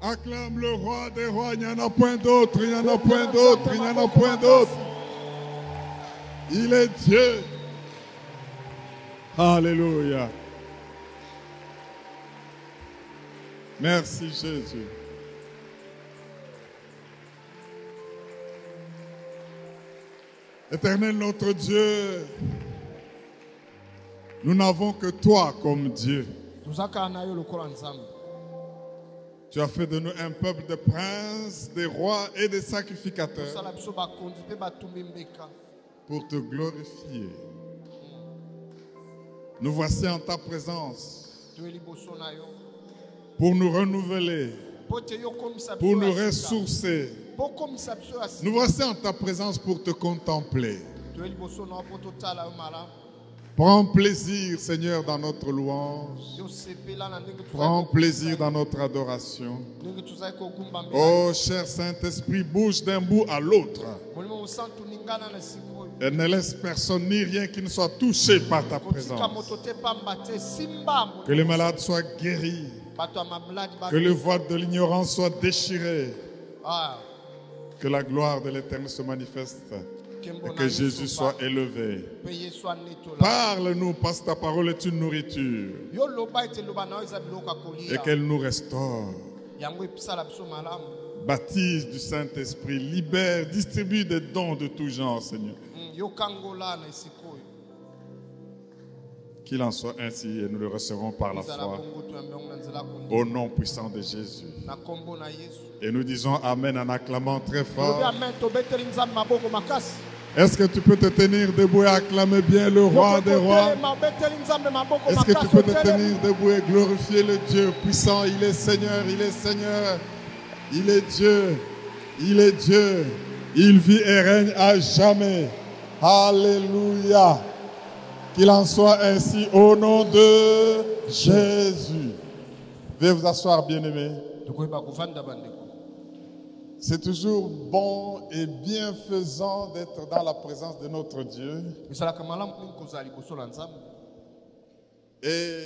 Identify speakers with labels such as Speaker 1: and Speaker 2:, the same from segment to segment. Speaker 1: Acclame le roi des rois, il n'y en a point d'autre, il n'y en a point d'autre, il n'y en a point d'autre. Il est Dieu. Alléluia. Merci Jésus. Éternel notre Dieu, nous n'avons que toi comme Dieu.
Speaker 2: tozakala na yo lokola nzambe
Speaker 1: Tu as fait de nous un peuple de princes, de rois et de sacrificateurs
Speaker 2: osala biso bakonzi mpe batumbi mbeka
Speaker 1: pour te glorifier. Nous voici en ta présence
Speaker 2: toye liboso na yo
Speaker 1: pour nous renouveler,
Speaker 2: mpo te yo okomisa
Speaker 1: pour
Speaker 2: biso
Speaker 1: nous
Speaker 2: ya sika.
Speaker 1: ressourcer.
Speaker 2: mpo okomisa biso ya
Speaker 1: Nous
Speaker 2: sika
Speaker 1: voici en ta présence pour te contempler.
Speaker 2: toye liboso na yo mpo totala yo malamu
Speaker 1: Prends plaisir, Seigneur, dans notre louange.
Speaker 2: yosepela na ndenge tozali
Speaker 1: Prends
Speaker 2: kokumisa
Speaker 1: plaisir
Speaker 2: yo,
Speaker 1: dans notre adoration.
Speaker 2: ndenge tozali kogumbamela yo.
Speaker 1: Oh, cher Saint-Esprit, bouge d'un bout à l'autre
Speaker 2: molimo mosantu ningana na sika oyo
Speaker 1: et ne laisse personne ni rien qui ne soit touché par ta
Speaker 2: kotika
Speaker 1: présence.
Speaker 2: moto te pamba te simba molimo
Speaker 1: Que les malades soient guéris,
Speaker 2: bato ya mamaladi ba-
Speaker 1: que le voile de l'ignorance soit déchiré,
Speaker 2: Ah,
Speaker 1: que la gloire de l'Éternel se manifeste
Speaker 2: nkembo
Speaker 1: et
Speaker 2: na
Speaker 1: que
Speaker 2: Yesu
Speaker 1: Jésus soit
Speaker 2: ba-
Speaker 1: élevé.
Speaker 2: mpe yesu anetola
Speaker 1: Parle-nous parce que ta parole est une nourriture
Speaker 2: yo loba ete loba na yo eza biloko ya
Speaker 1: et
Speaker 2: kolia
Speaker 1: qu'elle nous restaure.
Speaker 2: yango episala biso malamu
Speaker 1: Baptise du Saint-Esprit, libère, distribue des dons de tout genre, Seigneur.
Speaker 2: Mm, yokangola na esika oyo
Speaker 1: Qu'il en soit ainsi et nous le recevrons par la
Speaker 2: ezala
Speaker 1: foi.
Speaker 2: bongo toyambe yango na nzela kondi
Speaker 1: Au nom puissant de Jésus.
Speaker 2: na nkombo na yesu
Speaker 1: Et nous disons Amen en acclamant très
Speaker 2: lobi
Speaker 1: fort.
Speaker 2: amen tobeteli nzambe maboko makasi
Speaker 1: Est-ce que tu peux te tenir debout et acclamer bien le roi des rois
Speaker 2: Yokotelema, obeteli nzambe maboko
Speaker 1: Est-ce que tu
Speaker 2: makasi,
Speaker 1: peux te
Speaker 2: otelema.
Speaker 1: tenir debout et glorifier le Dieu puissant Il est Seigneur, il est Seigneur, il est Dieu, il est Dieu, il vit et règne à jamais. Alléluia. Qu'il en soit ainsi au nom de Jésus. Veuillez vous asseoir, bien-aimés.
Speaker 2: tokoyeba kovanda bandeko
Speaker 1: C'est toujours bon et bienfaisant d'être dans la présence de notre Dieu.
Speaker 2: esalaka malamu mingi kozala liboso na nzambe
Speaker 1: Et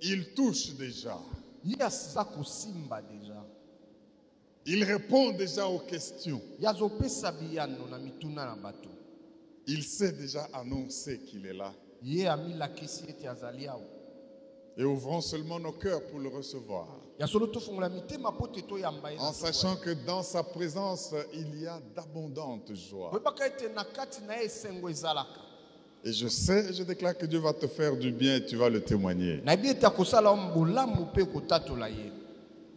Speaker 1: il touche déjà.
Speaker 2: ye aza kosimba deja
Speaker 1: Il répond déjà aux questions.
Speaker 2: ye azopesa biyano na mituna na bato
Speaker 1: Il sait déjà annoncer qu'il est là.
Speaker 2: ye amilakisi ete azali awa
Speaker 1: Et ouvrons seulement nos cœurs pour le recevoir.
Speaker 2: ya solo tofungola mitema mpo te toyamba ye na
Speaker 1: En
Speaker 2: tokoya.
Speaker 1: sachant que dans sa présence, il y a d'abondantes joies.
Speaker 2: koyebaka ete na kati na ye esengo ezalaka
Speaker 1: Et je sais, je déclare que Dieu va te faire du bien et tu vas le témoigner.
Speaker 2: nayebi ete akosala yo bolamu mpe kotatola ye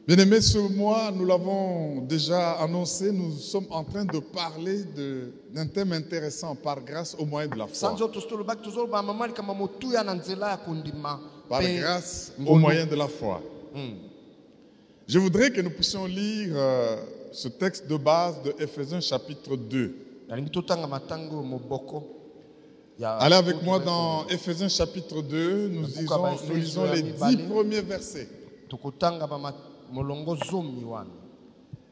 Speaker 1: Bien-aimés, ce mois, nous l'avons déjà annoncé, nous sommes en train de parler de- d'un thème intéressant par grâce au moyen de la foi.
Speaker 2: sanzi oyo tosi tolobaki tozoloba mama likambo ya motuya na nzela ya kondima
Speaker 1: Par
Speaker 2: Mpe-
Speaker 1: grâce au
Speaker 2: ngolu.
Speaker 1: moyen de la foi. Je voudrais que nous puissions lire euh, ce texte de base de Éphésiens chapitre 2.
Speaker 2: nalingi totanga matango moboko ya-
Speaker 1: Allez avec moi dans Éphésiens chapitre 2, nous, disons- nous lisons les dix premiers versets.
Speaker 2: tokotanga ba ma- molongo zomi wana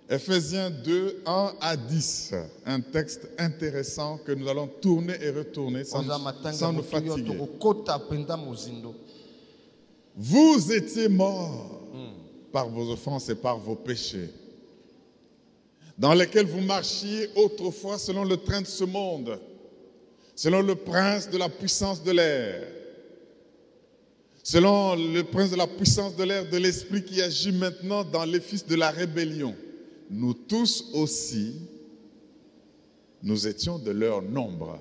Speaker 1: Éphésiens 2, 1 à 10, un texte intéressant que nous allons tourner et retourner sans,
Speaker 2: oza matanga
Speaker 1: sans
Speaker 2: ya
Speaker 1: nous
Speaker 2: motuya oyo
Speaker 1: fatiguer.
Speaker 2: tokokota mpenza mozindo
Speaker 1: Vous étiez morts par vos offenses et par vos péchés, dans lesquels vous marchiez autrefois selon le train de ce monde, selon le prince de la puissance de l'air, selon le prince de la puissance de l'air de l'esprit qui agit maintenant dans les fils de la rébellion. Nous tous aussi, nous étions de leur nombre.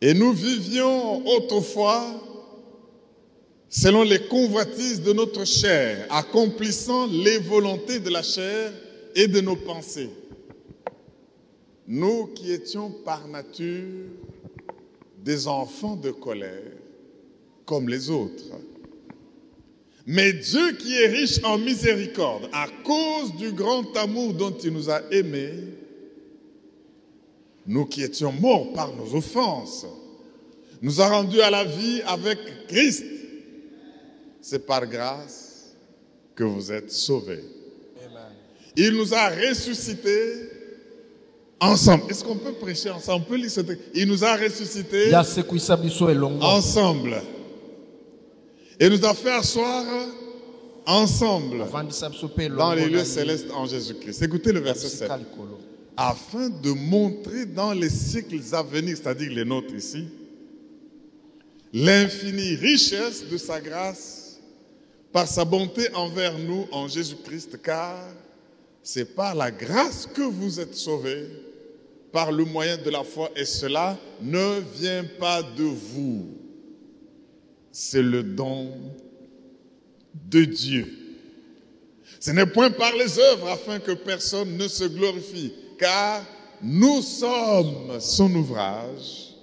Speaker 1: Et nous vivions autrefois selon les convoitises de notre chair, accomplissant les volontés de la chair et de nos pensées. Nous qui étions par nature des enfants de colère, comme les autres. Mais Dieu qui est riche en miséricorde, à cause du grand amour dont il nous a aimés, nous qui étions morts par nos offenses, nous a rendus à la vie avec Christ. C'est par grâce que vous êtes sauvés.
Speaker 2: Amen.
Speaker 1: Il nous a ressuscités ensemble. Est-ce qu'on peut prêcher ensemble On peut lire ce texte. Il nous a ressuscités
Speaker 2: ya sekwisa biso elongo
Speaker 1: ensemble. Et nous a fait asseoir ensemble
Speaker 2: avandisa biso mpe
Speaker 1: dans les
Speaker 2: elongo na
Speaker 1: lieux
Speaker 2: Ye.
Speaker 1: célestes en Jésus-Christ. Écoutez le verset 7.
Speaker 2: Esika likolo.
Speaker 1: Afin de montrer dans les siècles à venir, c'est-à-dire les nôtres ici, l'infinie richesse de sa grâce par sa bonté envers nous en Jésus-Christ, car c'est par la grâce que vous êtes sauvés, par le moyen de la foi, et cela ne vient pas de vous. C'est le don de Dieu. Ce n'est point par les œuvres afin que personne ne se glorifie, car nous sommes son ouvrage,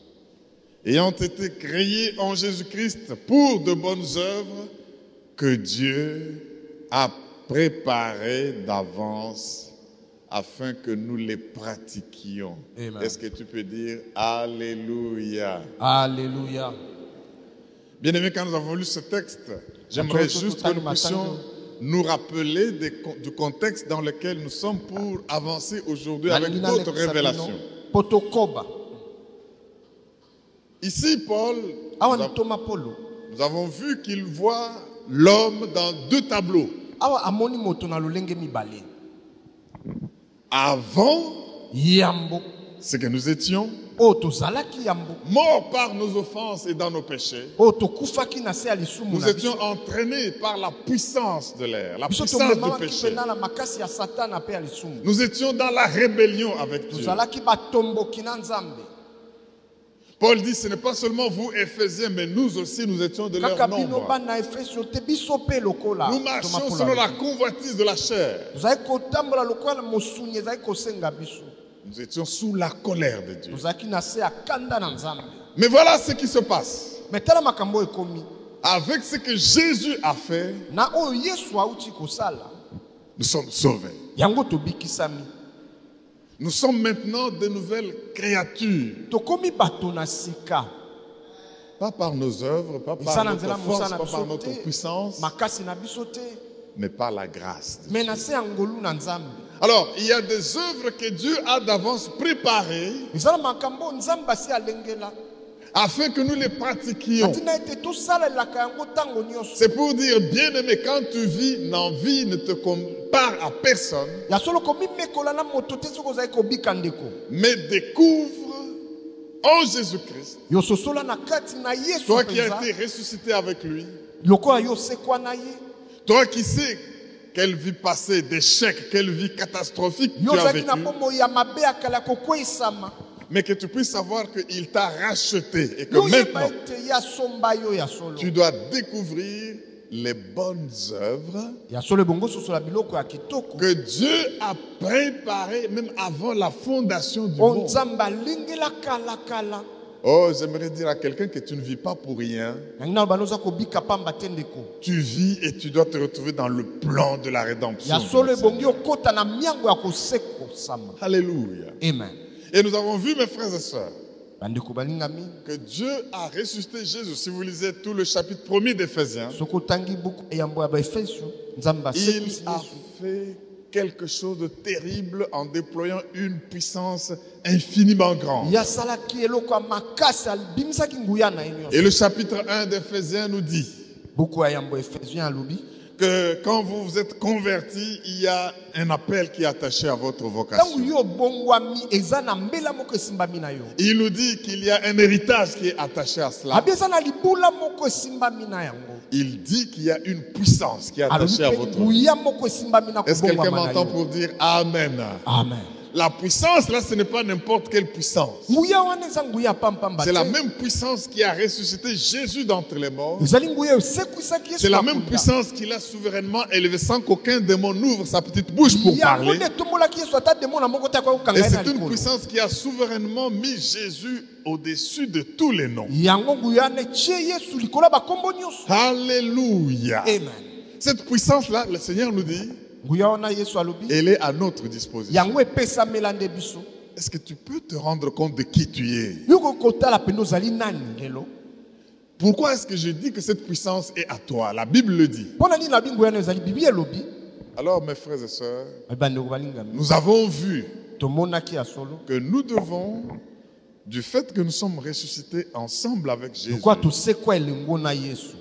Speaker 1: ayant été créés en Jésus-Christ pour de bonnes œuvres que Dieu a préparées d'avance afin que nous les pratiquions.
Speaker 2: Amen.
Speaker 1: Est-ce que tu peux dire Alléluia
Speaker 2: Alléluia.
Speaker 1: Bien-aimés, quand nous avons lu ce texte, j'aimerais juste que nous puissions nous rappeler des con- du contexte dans lequel nous sommes pour avancer aujourd'hui avec
Speaker 2: Nalingi
Speaker 1: d'autres
Speaker 2: nalekisa
Speaker 1: révélations.
Speaker 2: bino po tokoba
Speaker 1: Ici, Paul,
Speaker 2: awa
Speaker 1: nous, av-
Speaker 2: litoma polo
Speaker 1: nous avons vu qu'il voit l'homme dans deux tableaux,
Speaker 2: awa amoni moto na lolenge mibale
Speaker 1: avant
Speaker 2: yambo
Speaker 1: ce que nous étions,
Speaker 2: oyo tozalaki yambo
Speaker 1: morts par nos offenses et dans nos péchés.
Speaker 2: oyo tokufaki na se ya lisumu
Speaker 1: Nous
Speaker 2: na biso
Speaker 1: étions entraînés par la puissance de l'air, la
Speaker 2: biso
Speaker 1: puissance du
Speaker 2: tomemamaki
Speaker 1: péché.
Speaker 2: mpena na makasi ya satana mpe ya lisumu
Speaker 1: Nous étions dans la rébellion avec Dieu.
Speaker 2: tozalaki batomboki na nzambe
Speaker 1: Paul dit, ce n'est pas seulement vous, Éphésiens, mais nous aussi, nous étions de leur
Speaker 2: kaka bino
Speaker 1: nombre.
Speaker 2: bana efesio te biso mpe lokola
Speaker 1: Nous marchions
Speaker 2: tomakola.
Speaker 1: selon la convoitise de la chair.
Speaker 2: tozalaki kotambola lokola mosuni ezalaki kosenga biso
Speaker 1: Nous étions sous la colère de Dieu.
Speaker 2: tozalaki na se ya kanda na nzambe
Speaker 1: Mais voilà ce qui se passe.
Speaker 2: me tala makambo oyo ekomi
Speaker 1: Avec ce que Jésus a fait,
Speaker 2: na oyo yesu auti kosala
Speaker 1: nous sommes sauvés.
Speaker 2: yango tobikisami
Speaker 1: Nous sommes maintenant de nouvelles créatures.
Speaker 2: tokomi bato na sika
Speaker 1: Pas par nos œuvres, pas par
Speaker 2: esala nzela
Speaker 1: notre force,
Speaker 2: mosala
Speaker 1: pas par
Speaker 2: biso
Speaker 1: notre
Speaker 2: te
Speaker 1: puissance,
Speaker 2: makasi na biso te
Speaker 1: mais par la grâce. de
Speaker 2: me
Speaker 1: Dieu.
Speaker 2: na se ya ngolu na nzambe
Speaker 1: Alors, il y a des œuvres que Dieu a d'avance préparées
Speaker 2: ezala makambo oyo nzambe asi alengela
Speaker 1: afin que nous les pratiquions.
Speaker 2: atina ete tosalelaka yango ntango nyonso
Speaker 1: C'est pour dire, bien-aimé, quand tu vis, l'envie ne te compare à personne,
Speaker 2: ya solo okomi mekola na moto te soki ozali kobika ndeko
Speaker 1: mais découvre en Jésus-Christ,
Speaker 2: yo sosola na kati na yesu
Speaker 1: toi qui as
Speaker 2: mpenza,
Speaker 1: été ressuscité avec lui,
Speaker 2: lokola yo osekwa na ye
Speaker 1: toi qui sais quelle vie passée, d'échecs, quelle vie catastrophique tu
Speaker 2: yo
Speaker 1: as
Speaker 2: ozalaki
Speaker 1: vécu,
Speaker 2: na bomoi ya mabe ya kala ya kokweyisama
Speaker 1: mais que tu puisses savoir qu'il t'a racheté et que
Speaker 2: yo oyeba
Speaker 1: maintenant,
Speaker 2: ete ye asomba yo ya solo
Speaker 1: tu dois découvrir les bonnes œuvres
Speaker 2: ya solo ebongo sosola biloko ya kitoko
Speaker 1: que Dieu a préparées même avant la fondation du
Speaker 2: o
Speaker 1: monde.
Speaker 2: Oh, nzambe alingela kalakala
Speaker 1: Oh, j'aimerais dire à quelqu'un que tu ne vis pas pour rien.
Speaker 2: yangi na bana oza kobika pamba te ndeko
Speaker 1: Tu vis et tu dois te retrouver dans le plan de la rédemption.
Speaker 2: ya
Speaker 1: du
Speaker 2: solo
Speaker 1: Seigneur.
Speaker 2: ebongi okota na miango ya kosekosama
Speaker 1: Alléluia.
Speaker 2: amen
Speaker 1: Et nous avons vu, mes frères et sœurs,
Speaker 2: bandeko balingami
Speaker 1: que Dieu a ressuscité Jésus. Si vous lisez tout le chapitre 1er d'Éphésiens,
Speaker 2: soki otangi buku eyambo e ya baefesio nzambe
Speaker 1: il
Speaker 2: asekisi
Speaker 1: a
Speaker 2: yesu
Speaker 1: fait quelque chose de terrible en déployant une puissance infiniment grande.
Speaker 2: ye asalaki eloko ya makasi abimisaki nguya na ye nyonso
Speaker 1: Et le chapitre 1 d'Éphésiens nous dit
Speaker 2: buku ya yambo efesien alobi
Speaker 1: que quand vous vous êtes convertis, il y a un appel qui est attaché à votre
Speaker 2: ntango
Speaker 1: vocation.
Speaker 2: yo obongwami eza na mbela moko esimbami na yo
Speaker 1: Il nous dit qu'il y a un héritage qui est attaché à cela.
Speaker 2: abi eza na libula moko esimbami na yango
Speaker 1: Il dit qu'il y a une puissance qui est
Speaker 2: alobi
Speaker 1: attachée à
Speaker 2: mpe
Speaker 1: votre vie.
Speaker 2: nguya moko esimbami na
Speaker 1: Est-ce que quelqu'un
Speaker 2: kobongwama na
Speaker 1: m'entend
Speaker 2: yo
Speaker 1: pour dire Amen
Speaker 2: amen
Speaker 1: La puissance, là, ce n'est pas n'importe quelle puissance.
Speaker 2: nguya wana eza nguya pampamba
Speaker 1: C'est la
Speaker 2: te
Speaker 1: même puissance qui a ressuscité Jésus d'entre les morts.
Speaker 2: ezali nguya oyo esekwisaki yesu
Speaker 1: C'est la
Speaker 2: na
Speaker 1: même
Speaker 2: kunda.
Speaker 1: puissance qui l'a souverainement élevé sans qu'aucun démon n'ouvre sa petite bouche pour
Speaker 2: yango
Speaker 1: parler.
Speaker 2: nde tombolaki yesu ata demona moko te akoki
Speaker 1: Et
Speaker 2: kokanga ye na
Speaker 1: c'est une
Speaker 2: likolo
Speaker 1: puissance qui a souverainement mis Jésus au-dessus de tous les noms.
Speaker 2: yango nguya wana etie yesu likolo ya bakombo nyonso
Speaker 1: Alléluia.
Speaker 2: amen
Speaker 1: Cette puissance-là, le Seigneur nous dit,
Speaker 2: nguya wana yesu alobi
Speaker 1: elle est à notre disposition.
Speaker 2: yango epesamela nde biso
Speaker 1: Est-ce que tu peux te rendre compte de qui tu es
Speaker 2: yoko kotala pene ozali nani lelo
Speaker 1: Pourquoi est-ce que je dis que cette puissance est à toi La Bible le dit.
Speaker 2: mpo na nini nabi nguya wana ezali bibi elobi
Speaker 1: Alors, mes frères et sœurs,
Speaker 2: bandeko balingami
Speaker 1: nous avons vu
Speaker 2: tomonaki ya solo
Speaker 1: que nous devons, du fait que nous sommes ressuscités ensemble avec Jésus,
Speaker 2: lokola tosekwa elengo na yesu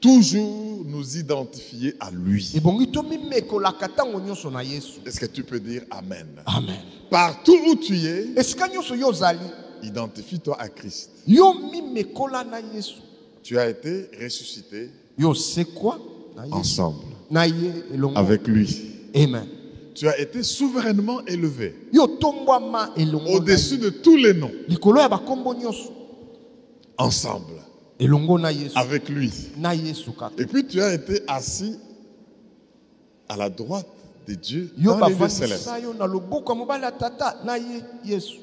Speaker 1: toujours nous identifier à lui.
Speaker 2: ebongi tomimekolaka ntango nyonso na yesu
Speaker 1: Est-ce que tu peux dire Amen
Speaker 2: amen
Speaker 1: Partout où tu es,
Speaker 2: esika nyonso yo ozali
Speaker 1: identifie-toi à Christ.
Speaker 2: yo mimekola na yesu
Speaker 1: Tu as été ressuscité
Speaker 2: yo osekwa na ye-
Speaker 1: ensemble
Speaker 2: na ye elongo
Speaker 1: avec lui.
Speaker 2: amen
Speaker 1: Tu as été souverainement élevé
Speaker 2: yo tombwama elongo na
Speaker 1: au-dessus
Speaker 2: ye.
Speaker 1: de tous les noms,
Speaker 2: likolo ya bakombo nyonso
Speaker 1: ensemble
Speaker 2: elongo na yesu
Speaker 1: avec lui.
Speaker 2: na yesu kaka
Speaker 1: Et puis tu as été assis à la droite de Dieu
Speaker 2: yo
Speaker 1: dans les lieux célestes.
Speaker 2: bafandisa yo na loboko ya mobali ya tata na ye yesu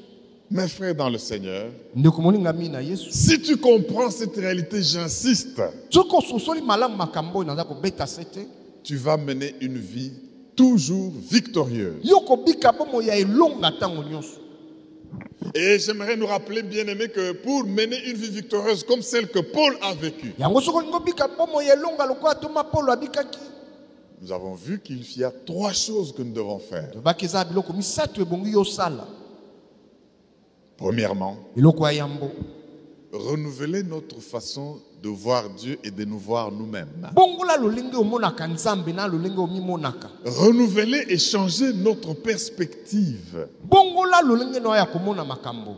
Speaker 1: Mes frères dans le Seigneur,
Speaker 2: ndeko molingami na yesu
Speaker 1: si tu comprends cette réalité, j'insiste,
Speaker 2: soki ososoli malamu makambo oyo naza kobeta se te
Speaker 1: tu vas mener une vie toujours victorieuse.
Speaker 2: yo kobika bomoi ya elonga ntango nyonso
Speaker 1: Et j'aimerais nous rappeler, bien-aimés, que pour mener une vie victorieuse comme celle que Paul a vécue,
Speaker 2: yango soki olingi obika bomoi ya elonga lokola toma polo abikaki
Speaker 1: nous avons vu qu'il y a trois choses que nous devons faire.
Speaker 2: tobaki eza biloko misato ebongi yo osala
Speaker 1: Premièrement,
Speaker 2: eloko ya yambo
Speaker 1: renouveler notre façon de voir Dieu et de nous voir nous-mêmes.
Speaker 2: bongola lolenge omonaka nzambe na lolenge omimonaka
Speaker 1: Renouveler et changer notre perspective.
Speaker 2: bongola lolenge na yo ya komona makambo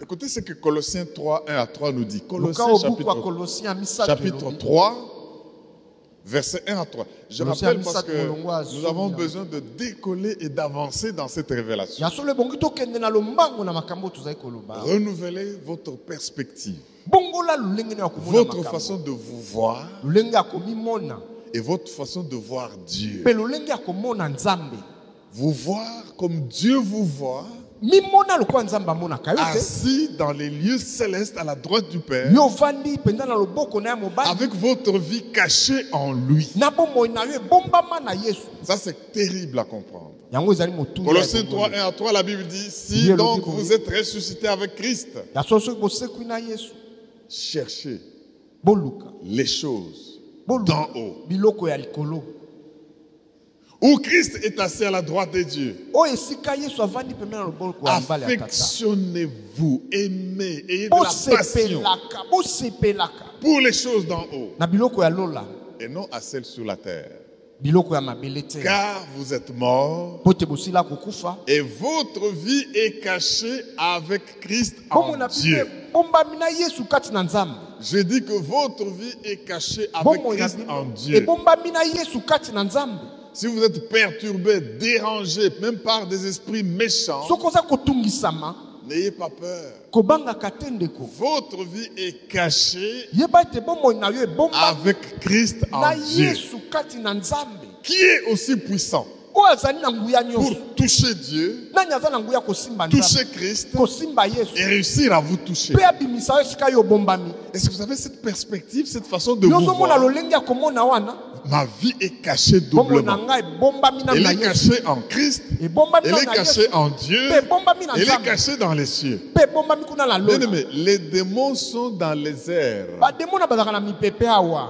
Speaker 1: Écoutez ce que Colossiens 3, 1 à 3 nous dit.
Speaker 2: luka
Speaker 1: Colossiens
Speaker 2: obuku ya
Speaker 1: chapitre
Speaker 2: kolosien ya misato
Speaker 1: chapitre
Speaker 2: elobi
Speaker 1: 3, verset 1 à 3. Je
Speaker 2: Nous
Speaker 1: rappelle
Speaker 2: sommes
Speaker 1: parce
Speaker 2: sat- nous
Speaker 1: que nous avons
Speaker 2: sommes-
Speaker 1: besoin de décoller et d'avancer dans cette révélation.
Speaker 2: ya solo ebongi tokende na lombango na makambo oyo tozali koloba
Speaker 1: Renouveler votre perspective,
Speaker 2: bongola lolenge na yo ya komona
Speaker 1: votre
Speaker 2: makambo
Speaker 1: façon de vous voir
Speaker 2: lolenge ya komimona
Speaker 1: et votre façon de voir Dieu.
Speaker 2: mpe lolenge ya komona nzambe
Speaker 1: Vous voir comme Dieu vous voit,
Speaker 2: mimona lokola nzambe amonaka yo te
Speaker 1: assis dans les lieux célestes à la droite du Père,
Speaker 2: yo ovandi mpenza na loboko na ya mobali
Speaker 1: avec votre vie cachée en lui.
Speaker 2: na bomoi na yo ebombama na yesu
Speaker 1: Ça, c'est terrible à comprendre.
Speaker 2: yango ezali motuli ya
Speaker 1: Colossiens
Speaker 2: ebongoli.
Speaker 1: 3, 1 à 3, la Bible dit, si
Speaker 2: Dieu
Speaker 1: donc
Speaker 2: le dit.
Speaker 1: vous êtes ressuscité avec Christ,
Speaker 2: ya solo soki bosekwi na yesu
Speaker 1: cherchez
Speaker 2: boluka
Speaker 1: les choses d'en
Speaker 2: boluka
Speaker 1: haut.
Speaker 2: biloko ya likolo
Speaker 1: Où Christ est assis à la droite de Dieu.
Speaker 2: oyo esika yesu avandi pembeni na loboko ya mbala ya tata
Speaker 1: Affectionnez-vous, aimez, ayez de la passion
Speaker 2: bosepelaka bosepelaka
Speaker 1: pour les choses d'en haut
Speaker 2: na biloko ya lola
Speaker 1: et non à celles sur la terre.
Speaker 2: biloko ya mabele te
Speaker 1: Car vous êtes morts
Speaker 2: po te bosila kokufa
Speaker 1: et votre vie est cachée avec Christ en
Speaker 2: bomona bino
Speaker 1: Dieu.
Speaker 2: ebombami na yesu kati na nzambe
Speaker 1: Je dis que votre vie est cachée avec
Speaker 2: bomona
Speaker 1: Christ en
Speaker 2: bino
Speaker 1: Dieu.
Speaker 2: ebombami na yesu kati na nzambe
Speaker 1: Si vous êtes perturbé, dérangé, même par des esprits méchants,
Speaker 2: soki oza kotungisama
Speaker 1: n'ayez pas peur.
Speaker 2: kobangaka te ndeko
Speaker 1: Votre vie est cachée
Speaker 2: yeba ete bomoi na yo ebombami
Speaker 1: avec Christ en
Speaker 2: na
Speaker 1: Dieu,
Speaker 2: yesu kati na nzambe
Speaker 1: qui est aussi puissant
Speaker 2: oyo azali na nguya nyonso
Speaker 1: pour toucher Dieu,
Speaker 2: nani aza na nguya kosimba nzambe
Speaker 1: toucher Christ
Speaker 2: kosimba yesu
Speaker 1: et réussir à vous toucher.
Speaker 2: mpe abimisa yo esika yo obombami
Speaker 1: Est-ce que vous avez cette perspective, cette façon de
Speaker 2: yo
Speaker 1: vous
Speaker 2: ozomona
Speaker 1: voir
Speaker 2: lolenge ya komona wana
Speaker 1: Ma vie est cachée
Speaker 2: bomoi na
Speaker 1: doublement.
Speaker 2: ngai ebombami na
Speaker 1: Elle
Speaker 2: na
Speaker 1: est
Speaker 2: yesu
Speaker 1: cachée en Christ,
Speaker 2: ebombami
Speaker 1: elle
Speaker 2: na
Speaker 1: est
Speaker 2: na yesu
Speaker 1: cachée en Dieu,
Speaker 2: mpe ebombami na
Speaker 1: elle est
Speaker 2: nzambe
Speaker 1: cachée dans les cieux.
Speaker 2: mpe ebombami kuna na
Speaker 1: Bien
Speaker 2: lola
Speaker 1: aimé, les démons sont dans les airs.
Speaker 2: bademona bazalaka na mipepe awa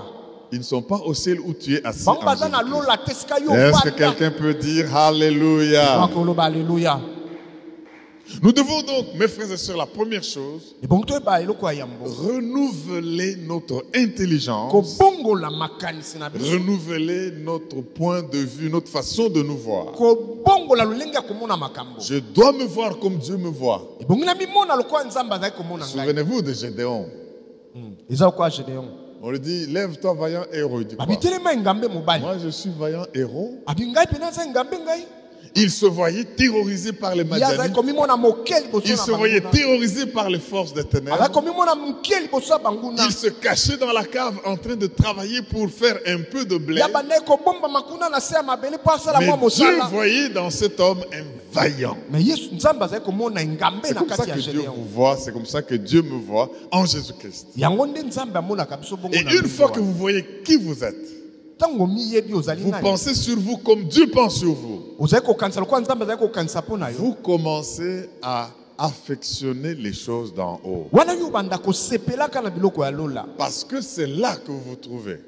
Speaker 1: Ils ne sont pas au ciel où tu es assis. en
Speaker 2: bango baza na
Speaker 1: Jésus-Christ.
Speaker 2: lola te sika yo
Speaker 1: Est-ce que
Speaker 2: ovanda
Speaker 1: quelqu'un peut dire Alléluia
Speaker 2: bakoloba aleluya
Speaker 1: Nous devons donc, mes frères et sœurs, la première chose,
Speaker 2: ebongi toyeba eloko ya yambo
Speaker 1: renouveler notre intelligence,
Speaker 2: kobongola makanisi na biso
Speaker 1: renouveler notre point de vue, notre façon de nous voir.
Speaker 2: kobongola lolenge ya komona makambo
Speaker 1: Je dois me voir comme Dieu me voit.
Speaker 2: ebongi na mimona lokola nzambe azali komona ngai
Speaker 1: Souvenez-vous de Gédéon.
Speaker 2: eza lokola gédéon
Speaker 1: On lui dit, lève-toi vaillant héros. Il dit quoi
Speaker 2: babitelema engambe mobali
Speaker 1: Moi, je suis vaillant héros.
Speaker 2: abi ngai mpena aza engambe ngai
Speaker 1: Il se voyait terrorisé par les
Speaker 2: ye azali
Speaker 1: Madianites.
Speaker 2: komimona moke
Speaker 1: Il
Speaker 2: liboso
Speaker 1: se
Speaker 2: na
Speaker 1: voyait
Speaker 2: banguna
Speaker 1: terrorisé par les forces des ténèbres.
Speaker 2: azali komimona moke liboso ya banguna
Speaker 1: Il se cachait dans la cave en train de travailler pour faire un peu de blé.
Speaker 2: ya bandai kobombama kuna na se ya mabele mpo asala mwa
Speaker 1: Mais Dieu
Speaker 2: mosala
Speaker 1: voyait dans cet homme un vaillant.
Speaker 2: me yesu nzambe azali komona engambe
Speaker 1: C'est
Speaker 2: na
Speaker 1: comme ça
Speaker 2: kati ya
Speaker 1: que Dieu
Speaker 2: gédéon
Speaker 1: vous voit, c'est comme ça que Dieu me voit en Jésus-Christ.
Speaker 2: yango nde nzambe amonaka biso bongo
Speaker 1: Et
Speaker 2: na
Speaker 1: une
Speaker 2: ndenge
Speaker 1: fois
Speaker 2: wana.
Speaker 1: que vous voyez qui vous êtes,
Speaker 2: ntango miyebi ozali
Speaker 1: vous
Speaker 2: nani
Speaker 1: pensez sur vous comme Dieu pense sur vous.
Speaker 2: ozali kokanisa lokola nzambe azali kokanisa mpo na yo
Speaker 1: Vous commencez à affectionner les choses d'en haut.
Speaker 2: wana yo obanda kosepelaka na biloko ya lola
Speaker 1: Parce que c'est là que vous vous trouvez.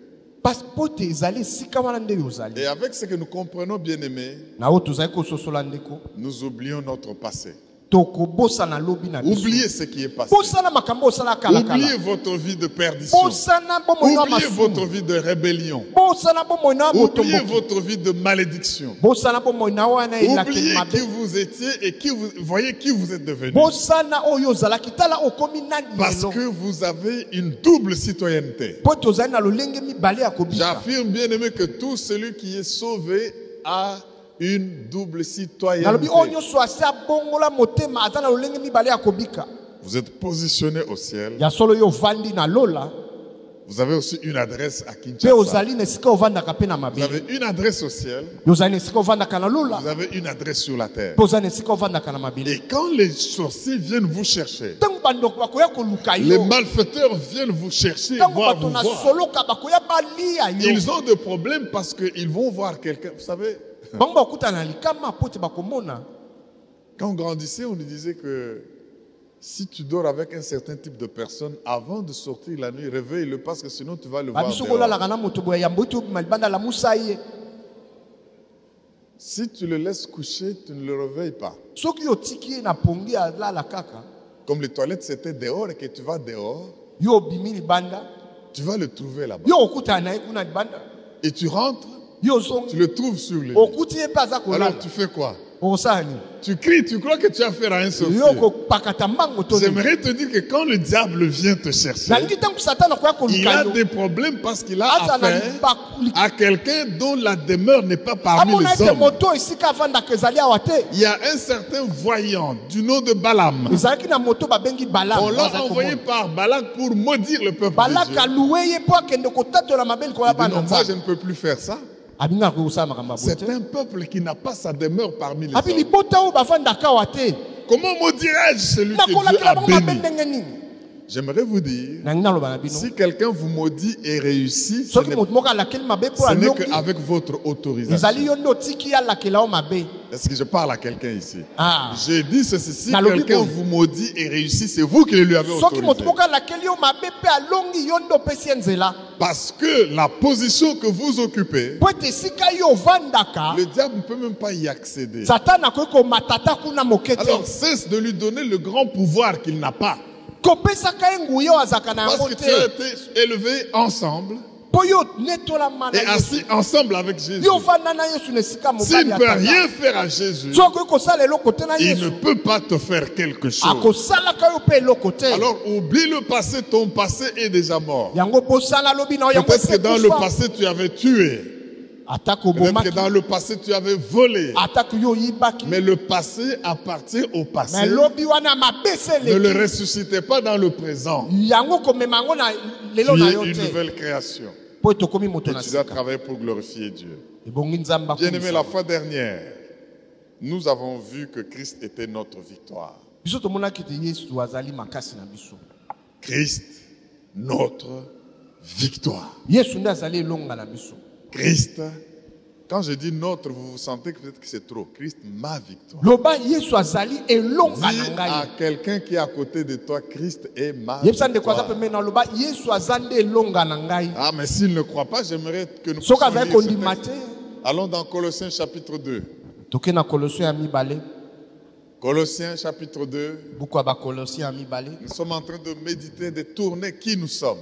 Speaker 2: Parce- mpo te ezali esika wana nde yo
Speaker 1: Et
Speaker 2: ozali
Speaker 1: avec ce que nous comprenons, bien-aimés,
Speaker 2: na oyo tozali kososola ndeko
Speaker 1: nous oublions notre passé.
Speaker 2: tokobosana lobi na biso.
Speaker 1: Oubliez ce qui est passé.
Speaker 2: bosana makambo osalaka
Speaker 1: Oubliez
Speaker 2: kalakala
Speaker 1: votre vie de perdition.
Speaker 2: bosana bomoi na
Speaker 1: Oubliez votre
Speaker 2: masumu
Speaker 1: vie de rébellion.
Speaker 2: bosana bomoi na
Speaker 1: Oubliez
Speaker 2: botomboki
Speaker 1: votre vie de malédiction.
Speaker 2: bosana bomoi na wana elakeli
Speaker 1: Oubliez qui
Speaker 2: mabe
Speaker 1: vous étiez et qui vous voyez qui vous êtes devenu.
Speaker 2: bosana oyo ozalaki tala okomi nani
Speaker 1: Parce
Speaker 2: lelo
Speaker 1: que vous avez une double citoyenneté.
Speaker 2: mpo tozali na lolenge mibale ya kobika
Speaker 1: J'affirme bien aimé que tout celui qui est sauvé a une double
Speaker 2: nalobi
Speaker 1: citoyenneté.
Speaker 2: oyo nyonso asi abongola motema aza na lolenge mibale ya kobika
Speaker 1: Vous êtes positionné au ciel.
Speaker 2: ya solo oyo ovandi na lola
Speaker 1: Vous avez aussi une adresse à
Speaker 2: mpe
Speaker 1: Kinshasa.
Speaker 2: ozali na esika ovandaka mpe na
Speaker 1: Vous
Speaker 2: mabe
Speaker 1: avez une adresse au ciel.
Speaker 2: Yo ozali na esika ovandaka na lola
Speaker 1: Vous avez une adresse sur la terre.
Speaker 2: mpe ozali na esika ovandaka na mabele
Speaker 1: Et quand les sorciers viennent vous chercher,
Speaker 2: ntango bandoko bakoya koluka
Speaker 1: les
Speaker 2: yo
Speaker 1: malfaiteurs viennent vous chercher,
Speaker 2: ntango
Speaker 1: voir
Speaker 2: bato
Speaker 1: vous
Speaker 2: na
Speaker 1: voir.
Speaker 2: soloka bakoya balia yo
Speaker 1: Ils ont des problèmes parce qu'ils vont voir quelqu'un. Vous savez,
Speaker 2: bango bakutana na likama mpo te bakomona
Speaker 1: quand on grandissait, on nous disait que si tu dors avec un certain type de personne, avant de sortir la nuit, réveille-le parce que sinon tu vas le voir.
Speaker 2: babiso
Speaker 1: dehors.
Speaker 2: kolalaka na moto boya yambo ete obima libanda lamusa ye
Speaker 1: Si tu le laisses coucher, tu ne le réveilles pas.
Speaker 2: soki otiki ye na pongi alala kaka
Speaker 1: Comme les toilettes c'était dehors et que tu vas dehors,
Speaker 2: yo obimi libanda
Speaker 1: tu vas le trouver là-bas.
Speaker 2: yo okutana na ye kuna libanda
Speaker 1: Et tu rentres,
Speaker 2: yo
Speaker 1: tu
Speaker 2: ozongi
Speaker 1: le trouves sur le lit.
Speaker 2: okuti ye mpe aza kolala
Speaker 1: Alors tu fais quoi
Speaker 2: okosala nini
Speaker 1: Tu cries, tu crois que tu as affaire à un sorcier.
Speaker 2: yo kopakata mbango to
Speaker 1: J'aimerais te dire que quand le diable vient te chercher,
Speaker 2: nalingi ntango satana akoya
Speaker 1: il
Speaker 2: koluka
Speaker 1: a
Speaker 2: yo
Speaker 1: des problèmes parce qu'il a
Speaker 2: aza na
Speaker 1: affaire
Speaker 2: libaku
Speaker 1: à quelqu'un dont la demeure n'est pas parmi
Speaker 2: amona
Speaker 1: les
Speaker 2: ete
Speaker 1: hommes.
Speaker 2: moto esika avandaka ezali awa te
Speaker 1: Il y a un certain voyant du nom de Balaam.
Speaker 2: ezalaki na moto babengi
Speaker 1: On l'a envoyé
Speaker 2: balamu
Speaker 1: par Balak pour maudire le peuple de Dieu.
Speaker 2: balaka aluwe ye mpo akende kotatola mabe likolo ya
Speaker 1: Il dit,
Speaker 2: bana
Speaker 1: non, moi je
Speaker 2: nzambe
Speaker 1: ne peux plus faire ça.
Speaker 2: abingaka kosala makambo ya boye
Speaker 1: C'est
Speaker 2: te
Speaker 1: un peuple qui n'a pas sa demeure parmi les
Speaker 2: abi
Speaker 1: hommes.
Speaker 2: libota oyo bavandaka awa te
Speaker 1: Comment maudirais-je celui que Dieu
Speaker 2: nakolakela
Speaker 1: a
Speaker 2: bango mabe
Speaker 1: béni
Speaker 2: ndenge nini
Speaker 1: J'aimerais vous dire,
Speaker 2: nangi naloba na bino
Speaker 1: si quelqu'un vous maudit et réussit, ce
Speaker 2: soki
Speaker 1: n'est
Speaker 2: moto moko alakeli mabe mpo
Speaker 1: ce n'est
Speaker 2: alongi
Speaker 1: qu'avec votre autorisation.
Speaker 2: ezali yo nde otiki ye alakela yo mabe
Speaker 1: Est-ce que je parle à quelqu'un ici
Speaker 2: Ah.
Speaker 1: J'ai dit ceci, si
Speaker 2: Dans le
Speaker 1: quelqu'un
Speaker 2: Bible.
Speaker 1: vous maudit et réussit, c'est vous qui le lui avez
Speaker 2: soki moto
Speaker 1: autorisé.
Speaker 2: moko alakeli yo mabe mpe alongi yo nde opesi ye nzela
Speaker 1: Parce que la position que vous occupez,
Speaker 2: mpo ete esika yo ovandaka
Speaker 1: le diable ne peut même pas y accéder.
Speaker 2: satana akoki komata ta kuna moke te
Speaker 1: Alors cesse de lui donner le grand pouvoir qu'il n'a pas.
Speaker 2: kopesaka ye nguya oyo azalaka na
Speaker 1: Parce
Speaker 2: yango
Speaker 1: que tu as
Speaker 2: te
Speaker 1: été élevé ensemble
Speaker 2: mpo yo netolama na
Speaker 1: et
Speaker 2: yesu
Speaker 1: assis ensemble avec Jésus.
Speaker 2: Ah, yo ovanda na yesu na esika
Speaker 1: S'il
Speaker 2: mobali
Speaker 1: ne
Speaker 2: ya
Speaker 1: peut
Speaker 2: tata
Speaker 1: rien faire à Jésus,
Speaker 2: so akoki kosala eloko te na
Speaker 1: il ne
Speaker 2: yesu
Speaker 1: peut pas te faire quelque chose.
Speaker 2: akosalaka yo mpe eloko te
Speaker 1: Alors oublie le passé, ton passé est déjà mort.
Speaker 2: yango bosala lobi na yo yango
Speaker 1: Peut-être que dans le
Speaker 2: ekufa
Speaker 1: passé, tu avais tué.
Speaker 2: atako
Speaker 1: Peut-être que
Speaker 2: obomaki
Speaker 1: dans le passé, tu avais volé.
Speaker 2: atako yo oyibaki
Speaker 1: Mais le passé appartient au passé.
Speaker 2: me lobi wana mabese
Speaker 1: Ne le
Speaker 2: eleki
Speaker 1: ressuscitez pas dans le présent.
Speaker 2: yango komema yango na
Speaker 1: Tu
Speaker 2: lelo na
Speaker 1: es
Speaker 2: yo
Speaker 1: une
Speaker 2: te
Speaker 1: nouvelle création.
Speaker 2: mpo ete okomi
Speaker 1: Et
Speaker 2: moto na
Speaker 1: tu dois
Speaker 2: sika
Speaker 1: travailler pour glorifier Dieu.
Speaker 2: ebongi nzambe
Speaker 1: Bien-aimé,
Speaker 2: akomisa
Speaker 1: la fois dernière, nous avons vu que Christ était notre victoire.
Speaker 2: biso tomonaki ete yesu azali makasi na biso
Speaker 1: Christ, notre victoire.
Speaker 2: yesu nde azali elonga na biso
Speaker 1: Christ, quand je dis notre, vous vous sentez que peut-être que c'est trop. Christ, ma victoire.
Speaker 2: loba yesu azali elonga na
Speaker 1: Dis à
Speaker 2: ngai
Speaker 1: quelqu'un qui est à côté de toi, Christ est ma
Speaker 2: yebisa ndeko aza
Speaker 1: victoire.
Speaker 2: pembeni na yo, loba yesu aza nde elonga na ngai
Speaker 1: Ah, mais s'il ne croit pas, j'aimerais que nous
Speaker 2: soki
Speaker 1: puissions
Speaker 2: azali
Speaker 1: lire ce
Speaker 2: kondima
Speaker 1: texte.
Speaker 2: te
Speaker 1: Allons dans Colossiens chapitre 2.
Speaker 2: toke na kolosio ya mibale
Speaker 1: Colossiens chapitre 2.
Speaker 2: buku ya bakolosio ya mibale
Speaker 1: Nous sommes en train de méditer, de tourner qui nous sommes.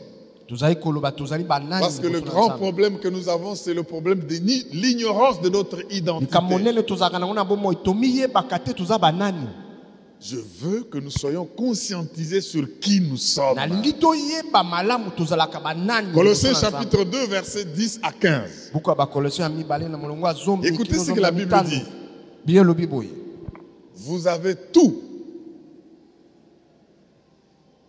Speaker 2: tozali koloba tozali banani
Speaker 1: Parce que le
Speaker 2: liboso na
Speaker 1: grand
Speaker 2: Nzambe.
Speaker 1: problème que nous avons, c'est le problème de ni- l'ignorance de notre
Speaker 2: likambo
Speaker 1: identité.
Speaker 2: monene tozalaka nango na bomoi tomiyebaka te toza banani
Speaker 1: Je veux que nous soyons conscientisés sur qui nous sommes.
Speaker 2: nalingi toyeba malamu tozalaka banani liboso
Speaker 1: Colossiens
Speaker 2: na Nzambe.
Speaker 1: chapitre 2, versets 10 à 15.
Speaker 2: buku ya bakolosio ya mibale na molongo ya zomi
Speaker 1: Écoutez
Speaker 2: kino
Speaker 1: ce que la
Speaker 2: zomi
Speaker 1: Bible
Speaker 2: mitano.
Speaker 1: dit.
Speaker 2: biye elobi boye
Speaker 1: Vous avez tout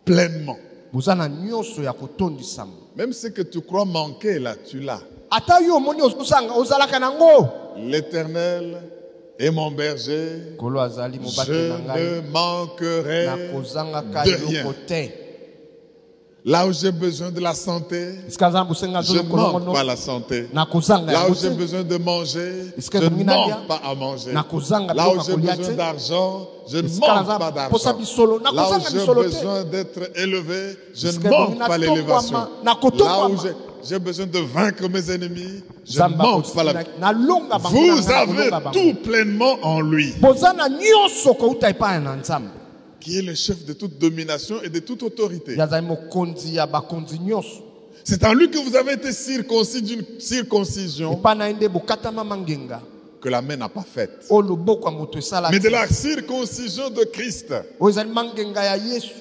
Speaker 1: pleinement.
Speaker 2: boza na nyonso ya kotondisama
Speaker 1: Même ce que tu crois manquer, là, tu l'as.
Speaker 2: ata yo omoni osanga ozalaka nango
Speaker 1: L'Éternel est mon berger.
Speaker 2: kolo azali mobate na
Speaker 1: Je ne
Speaker 2: ngai
Speaker 1: manquerai
Speaker 2: nakozangaka
Speaker 1: de rien.
Speaker 2: eloko te
Speaker 1: Là où j'ai besoin de la santé,
Speaker 2: esika nzambe osenga
Speaker 1: je ne
Speaker 2: zo
Speaker 1: manque pas
Speaker 2: kolongono
Speaker 1: la santé.
Speaker 2: nakozanga
Speaker 1: Là où
Speaker 2: yango
Speaker 1: j'ai
Speaker 2: te
Speaker 1: besoin de manger, je
Speaker 2: Esika
Speaker 1: ne
Speaker 2: nalingi nalia,
Speaker 1: manque pas à manger.
Speaker 2: nakozanga
Speaker 1: Là où
Speaker 2: biloko
Speaker 1: j'ai
Speaker 2: ya kolia
Speaker 1: besoin
Speaker 2: te.
Speaker 1: d'argent, je ne
Speaker 2: Esika
Speaker 1: manque
Speaker 2: naza-
Speaker 1: pas
Speaker 2: posa
Speaker 1: d'argent.
Speaker 2: bisolo,
Speaker 1: Là où
Speaker 2: nakozanga
Speaker 1: j'ai
Speaker 2: bisolo te.
Speaker 1: besoin d'être élevé, je ne
Speaker 2: Esika
Speaker 1: manque
Speaker 2: nalingi
Speaker 1: pas
Speaker 2: natokwama,
Speaker 1: l'élévation. Là
Speaker 2: nakotokwama.
Speaker 1: où j'ai J'ai besoin de vaincre mes ennemis. Je ne
Speaker 2: nzambe
Speaker 1: manque pas la
Speaker 2: akotina- nalonga bango na
Speaker 1: Vous
Speaker 2: ngai,
Speaker 1: avez
Speaker 2: nakolonga bango.
Speaker 1: tout pleinement en lui,
Speaker 2: bozana nyonso kouta epai na nzambe
Speaker 1: qui est le chef de toute domination et de toute autorité.
Speaker 2: yazali mokonzi ya bakonzi nyonso
Speaker 1: C'est en lui que vous avez été circoncis d'une circoncision
Speaker 2: epai na ye nde bokatamama ngenga
Speaker 1: que la main n'a pas faite.
Speaker 2: oyo loboko ya moto
Speaker 1: Mais de
Speaker 2: esalaki
Speaker 1: la circoncision de Christ,
Speaker 2: oyo ezali mangenga ya yesu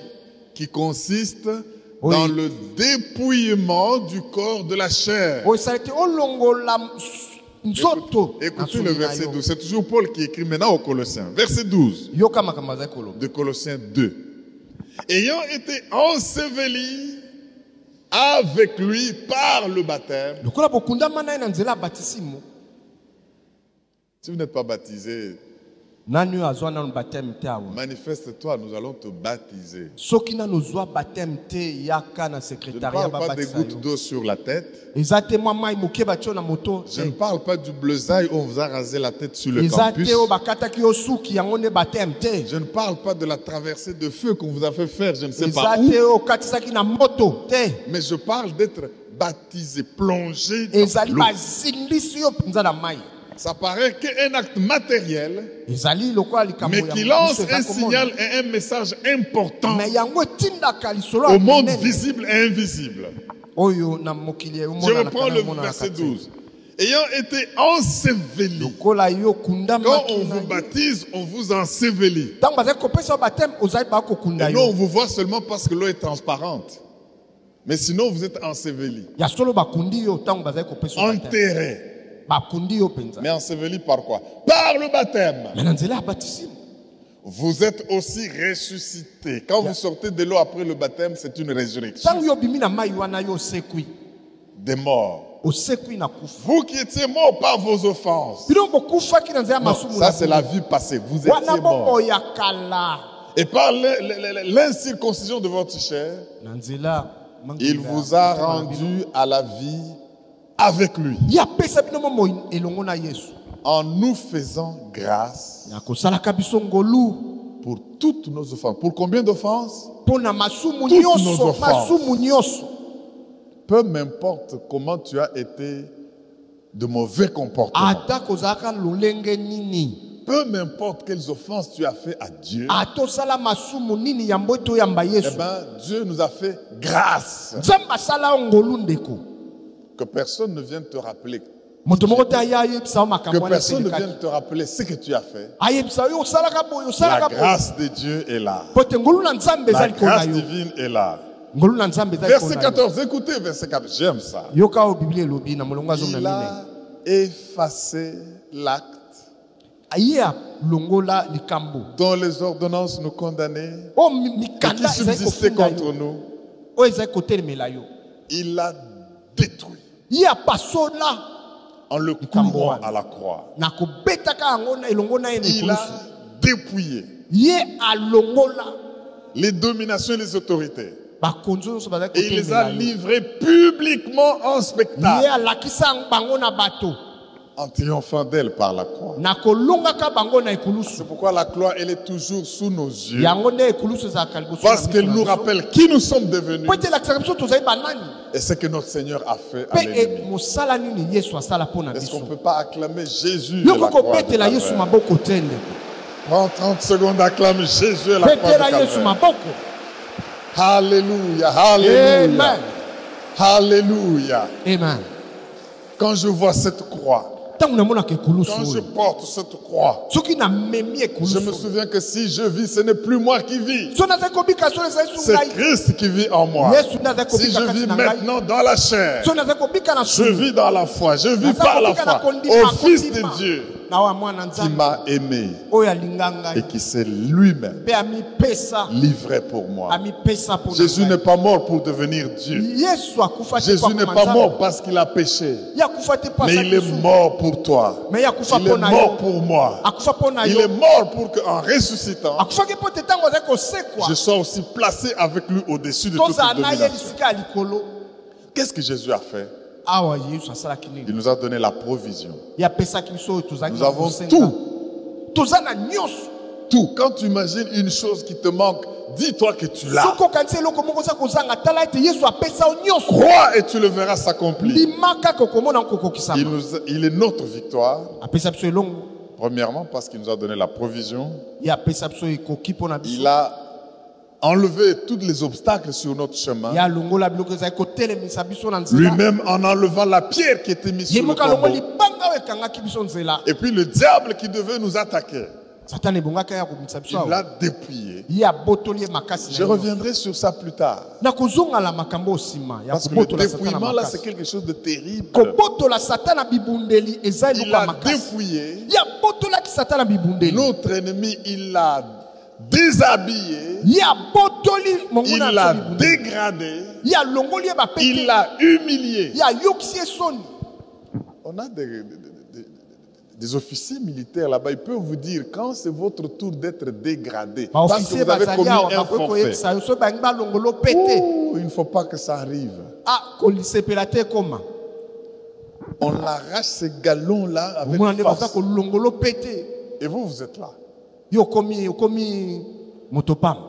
Speaker 1: qui consiste
Speaker 2: Oui.
Speaker 1: dans le dépouillement du corps de la chair.
Speaker 2: oyo esalaki olongola nzoto na
Speaker 1: Écoutez
Speaker 2: soni
Speaker 1: le
Speaker 2: na
Speaker 1: verset
Speaker 2: yo.
Speaker 1: 12. C'est toujours Paul qui écrit maintenant aux Colossiens. Verset 12
Speaker 2: yoka makambo azali koloba
Speaker 1: de Colossiens 2. Ayant été enseveli avec lui par le baptême,
Speaker 2: lokola bokundama na ye na nzela ya batisimo
Speaker 1: Si vous n'êtes pas baptisé,
Speaker 2: nani oyo azwa nano bateme te awa
Speaker 1: manifeste-toi, nous allons te baptiser.
Speaker 2: soki nano ozwa bateme te yaka
Speaker 1: Je ne
Speaker 2: na sekretaria
Speaker 1: parle pas des
Speaker 2: babatisa
Speaker 1: gouttes
Speaker 2: yo
Speaker 1: d'eau sur la tête.
Speaker 2: eza te mwa mai moke batio na moto Eh,
Speaker 1: Je ne parle pas du bleuzail où on vous a rasé la tête sur le
Speaker 2: eza
Speaker 1: campus.
Speaker 2: te oyo bakataki yo suki yango nde bateme te
Speaker 1: Je ne parle pas de la traversée de feu qu'on vous a fait faire, je ne sais
Speaker 2: eza
Speaker 1: pas où.
Speaker 2: te oyo okatisaki na moto te
Speaker 1: Mais je parle d'être baptisé, plongé dans
Speaker 2: ezali
Speaker 1: l'eau.
Speaker 2: bazingisi yo mpenza na mai
Speaker 1: Ça paraît qu'un acte matériel,
Speaker 2: ezali lokola likambo
Speaker 1: mais
Speaker 2: ya
Speaker 1: qui
Speaker 2: Moto
Speaker 1: lance
Speaker 2: eza
Speaker 1: un
Speaker 2: komona.
Speaker 1: signal et un message important
Speaker 2: me yango etindaka lisolo ya
Speaker 1: au monde
Speaker 2: monene
Speaker 1: visible et invisible.
Speaker 2: oyo na mokili
Speaker 1: Je
Speaker 2: emonana
Speaker 1: reprends
Speaker 2: kana
Speaker 1: le
Speaker 2: emonana
Speaker 1: verset
Speaker 2: kati.
Speaker 1: 12. Ayant été enseveli
Speaker 2: lokola yo
Speaker 1: Quand on
Speaker 2: okundamaki na
Speaker 1: vous
Speaker 2: ye.
Speaker 1: baptise, on vous ensevelit.
Speaker 2: ntango bazali kopesa yo bateme ozali baka kokunda
Speaker 1: Et nous, on
Speaker 2: yo
Speaker 1: vous voit seulement parce que l'eau est transparente. Mais sinon, vous êtes enseveli,
Speaker 2: ya solo bakundi yo ntango bazali kopesa yo bateme
Speaker 1: enterré.
Speaker 2: bakundi yo mpenza
Speaker 1: Mais ensevelis par quoi Par le baptême.
Speaker 2: me na nzela ya batisimo
Speaker 1: Vous êtes aussi ressuscité. Quand vous sortez de l'eau après le baptême, c'est une résurrection
Speaker 2: ntango yo obimi na mai wana yo osekwi
Speaker 1: des morts.
Speaker 2: osekwi na kufa
Speaker 1: Vous qui étiez morts par vos offenses.
Speaker 2: bino bokufaki na nzela ya
Speaker 1: Non,
Speaker 2: masumu
Speaker 1: ça,
Speaker 2: na
Speaker 1: c'est
Speaker 2: bino.
Speaker 1: la vie passée. Vous
Speaker 2: wana
Speaker 1: étiez morts.
Speaker 2: bomoi ya kala
Speaker 1: Et par le- le- le- l'incirconcision de votre chair,
Speaker 2: na nzela mangi
Speaker 1: il
Speaker 2: na-
Speaker 1: vous a
Speaker 2: motema na bino.
Speaker 1: rendu à la vie avec lui.
Speaker 2: ye apesa bino momoi elongo na yesu
Speaker 1: en nous faisant grâce
Speaker 2: na kosalaka biso ngolu
Speaker 1: pour toutes nos offenses. Pour combien d'offenses
Speaker 2: mpo na masumu
Speaker 1: Toutes nos
Speaker 2: nyonso
Speaker 1: offenses.
Speaker 2: masumu nyonso
Speaker 1: Peu m'importe comment tu as été de mauvais comportement.
Speaker 2: ata kozalaka lolenge nini
Speaker 1: Peu m'importe quelles offenses tu as fait à Dieu.
Speaker 2: ata osala masumu nini yambo ete oyamba
Speaker 1: Eh
Speaker 2: yesu
Speaker 1: bien, Dieu nous a fait grâce.
Speaker 2: nzambe asala yo ngolu ndeko
Speaker 1: Que personne ne vienne te rappeler.
Speaker 2: moto moko te aya ayebisa yo
Speaker 1: Que
Speaker 2: makambo wana
Speaker 1: personne ne
Speaker 2: esengekaki
Speaker 1: vienne te rappeler ce que tu as fait.
Speaker 2: ayebisa yo osalaka boye
Speaker 1: La
Speaker 2: osalaka boye
Speaker 1: grâce de Dieu est là.
Speaker 2: po ete ngolu na nzambe eza
Speaker 1: La
Speaker 2: likolo na
Speaker 1: grâce
Speaker 2: yo
Speaker 1: divine est là.
Speaker 2: ngolu na nzambe eza likolo
Speaker 1: Verset
Speaker 2: na yo
Speaker 1: 14, écoutez verset 14, j'aime ça.
Speaker 2: yoka oyo biblia elobi na molongo ya zomi
Speaker 1: Il
Speaker 2: na mine
Speaker 1: a effacé l'acte
Speaker 2: ye alongola likambo
Speaker 1: dont les ordonnances nous condamnaient
Speaker 2: oyo
Speaker 1: et qui
Speaker 2: mikanda ezali
Speaker 1: subsistait
Speaker 2: kofunda
Speaker 1: contre
Speaker 2: yo
Speaker 1: nous,
Speaker 2: oyo ezali kotelemela yo
Speaker 1: il l'a détruit
Speaker 2: ye apasola
Speaker 1: en le clouant à la croix.
Speaker 2: na kobetaka yango na- elongo na ye na
Speaker 1: Il a
Speaker 2: ekulusu
Speaker 1: dépouillé
Speaker 2: ye alongola
Speaker 1: les dominations et les autorités
Speaker 2: bakonzi nyonso bazali
Speaker 1: et il les a
Speaker 2: kotelemela yo
Speaker 1: livrés publiquement en
Speaker 2: ye
Speaker 1: spectacle
Speaker 2: alakisa yango bango na bato
Speaker 1: en triomphant d'elle par la croix.
Speaker 2: na kolongaka bango na ekulusu
Speaker 1: C'est pourquoi la croix, elle est toujours sous nos yeux
Speaker 2: yango nde ekulusu ezalaka liboso
Speaker 1: parce qu'elle nous rappelle qui nous sommes devenus
Speaker 2: po ete elakisaka biso tozali banani
Speaker 1: et ce que notre Seigneur a fait à
Speaker 2: mpe e-
Speaker 1: l'ennemi.
Speaker 2: mosala nini yesu asala mpo na
Speaker 1: Est-ce qu'on ne
Speaker 2: biso
Speaker 1: peut pas acclamer Jésus de
Speaker 2: yoko
Speaker 1: la croix de
Speaker 2: kobetela yesu
Speaker 1: Calvaire
Speaker 2: maboko te ndeko
Speaker 1: Prends 30 secondes, acclame Jésus à la croix de
Speaker 2: betela yesu
Speaker 1: Calvaire.
Speaker 2: maboko
Speaker 1: Alléluia, Alléluia.
Speaker 2: amen
Speaker 1: Alléluia.
Speaker 2: amen
Speaker 1: Quand je vois cette croix,
Speaker 2: ntango namonaka ekulusu
Speaker 1: quand je
Speaker 2: oyo
Speaker 1: porte cette croix,
Speaker 2: soki namemi
Speaker 1: je me
Speaker 2: ekulusu
Speaker 1: souviens que si je vis, ce n'est plus moi qui vis.
Speaker 2: so nazali kobika so ezali su
Speaker 1: C'est
Speaker 2: ngai
Speaker 1: Christ qui vit en moi.
Speaker 2: yesu nde azali
Speaker 1: Si
Speaker 2: kobika
Speaker 1: je
Speaker 2: kati
Speaker 1: vis
Speaker 2: na ngai
Speaker 1: maintenant dans la chair,
Speaker 2: so nazali kobika na
Speaker 1: je vis dans la foi, je vis
Speaker 2: Naza
Speaker 1: par la
Speaker 2: kobika na
Speaker 1: foi
Speaker 2: kondima,
Speaker 1: au Fils
Speaker 2: kondima.
Speaker 1: de Dieu
Speaker 2: na oyo ya mwana
Speaker 1: qui
Speaker 2: nzambe
Speaker 1: m'a aimé
Speaker 2: oyo alinga
Speaker 1: et
Speaker 2: ngai
Speaker 1: qui s'est lui-même
Speaker 2: mpe amipesa
Speaker 1: livré pour moi.
Speaker 2: amipesa mpo na
Speaker 1: Jésus n'est
Speaker 2: ngai.
Speaker 1: pas mort pour devenir Dieu.
Speaker 2: yesu akufa te po
Speaker 1: Jésus n'est
Speaker 2: akoma
Speaker 1: pas mort
Speaker 2: nzambe
Speaker 1: parce qu'il a péché.
Speaker 2: ye akufa te po
Speaker 1: Mais il est
Speaker 2: asakisu
Speaker 1: mort pour toi.
Speaker 2: me ye akufa
Speaker 1: Il est
Speaker 2: mpo na yo
Speaker 1: mort pour moi.
Speaker 2: akufa mpo na
Speaker 1: Il est
Speaker 2: yo
Speaker 1: mort pour qu'en ressuscitant,
Speaker 2: akufaki mpo te ntango azali kosekwa
Speaker 1: je sois aussi placé avec lui au-dessus de toute
Speaker 2: tozala na ye
Speaker 1: domination.
Speaker 2: lisika ya likolo
Speaker 1: Qu'est-ce que Jésus a fait
Speaker 2: awa yesu asalaki nini
Speaker 1: Il nous a donné la provision.
Speaker 2: ye apesaki biso oyo tozalaki
Speaker 1: Nous
Speaker 2: na
Speaker 1: avons
Speaker 2: kosenga.
Speaker 1: tout
Speaker 2: toza na nyonso
Speaker 1: tout. Quand tu imagines une chose qui te manque, dis-toi que tu l'as.
Speaker 2: soki okanisi eloko moko oza kozanga tala ete yesu apesa yo nyonso
Speaker 1: Crois et tu le verras s'accomplir.
Speaker 2: lima kaka okomona
Speaker 1: Il,
Speaker 2: kokokisama
Speaker 1: nous a- il est notre victoire,
Speaker 2: apesa biso elongo
Speaker 1: premièrement parce qu'il nous a donné la provision.
Speaker 2: ye apesa biso ekoki mpo na biso
Speaker 1: Il a enlevé tous les obstacles sur notre
Speaker 2: ye
Speaker 1: chemin.
Speaker 2: alongola biloko ezali kotelemisa biso na nzela
Speaker 1: Lui-même en enlevant la pierre qui était mise
Speaker 2: ye
Speaker 1: sur le
Speaker 2: moko alongola
Speaker 1: tombeau.
Speaker 2: libanga oyo ekangaki biso nzela
Speaker 1: Et puis le diable qui devait nous attaquer,
Speaker 2: satana ebongaki ya kobimisa biso
Speaker 1: il l'a
Speaker 2: awa
Speaker 1: dépouillé.
Speaker 2: ye abotoli ye makasi na
Speaker 1: Je
Speaker 2: ye nyonso.
Speaker 1: reviendrai sur ça plus tard.
Speaker 2: na kozongala makambo oyo nsima ya
Speaker 1: Parce que le
Speaker 2: kobotola satana
Speaker 1: dépouillement là, c'est
Speaker 2: makasi
Speaker 1: quelque chose de terrible.
Speaker 2: kobotola satana bibundeli eza
Speaker 1: Il
Speaker 2: eloko ya
Speaker 1: a
Speaker 2: makasi
Speaker 1: dépouillé
Speaker 2: ye abotolaki satana bibundeli
Speaker 1: notre ennemi, il l'a déshabillé,
Speaker 2: ye abotoli
Speaker 1: il
Speaker 2: monguna
Speaker 1: l'a
Speaker 2: ya biso bibundeli
Speaker 1: dégradé,
Speaker 2: ye alongoli ye
Speaker 1: il
Speaker 2: bapete
Speaker 1: l'a humilié.
Speaker 2: ye ayokisi ye soni
Speaker 1: On a des, des- des- des officiers militaires là-bas, ils peuvent vous dire quand c'est votre tour d'être dégradé, parce que
Speaker 2: baofisier
Speaker 1: vous avez
Speaker 2: bazali
Speaker 1: commis
Speaker 2: awa
Speaker 1: un
Speaker 2: bakoki
Speaker 1: forfait.
Speaker 2: koyebisa yo soki balingi balongolo mpe te
Speaker 1: Ouh, il ne faut pas que ça arrive.
Speaker 2: ah, kolisepela te ekoma
Speaker 1: On l'arrache ces galons-là avec
Speaker 2: omona nde baza
Speaker 1: force.
Speaker 2: kolongolo mpe te
Speaker 1: Et vous, vous êtes là.
Speaker 2: ye okomi okomi moto pamba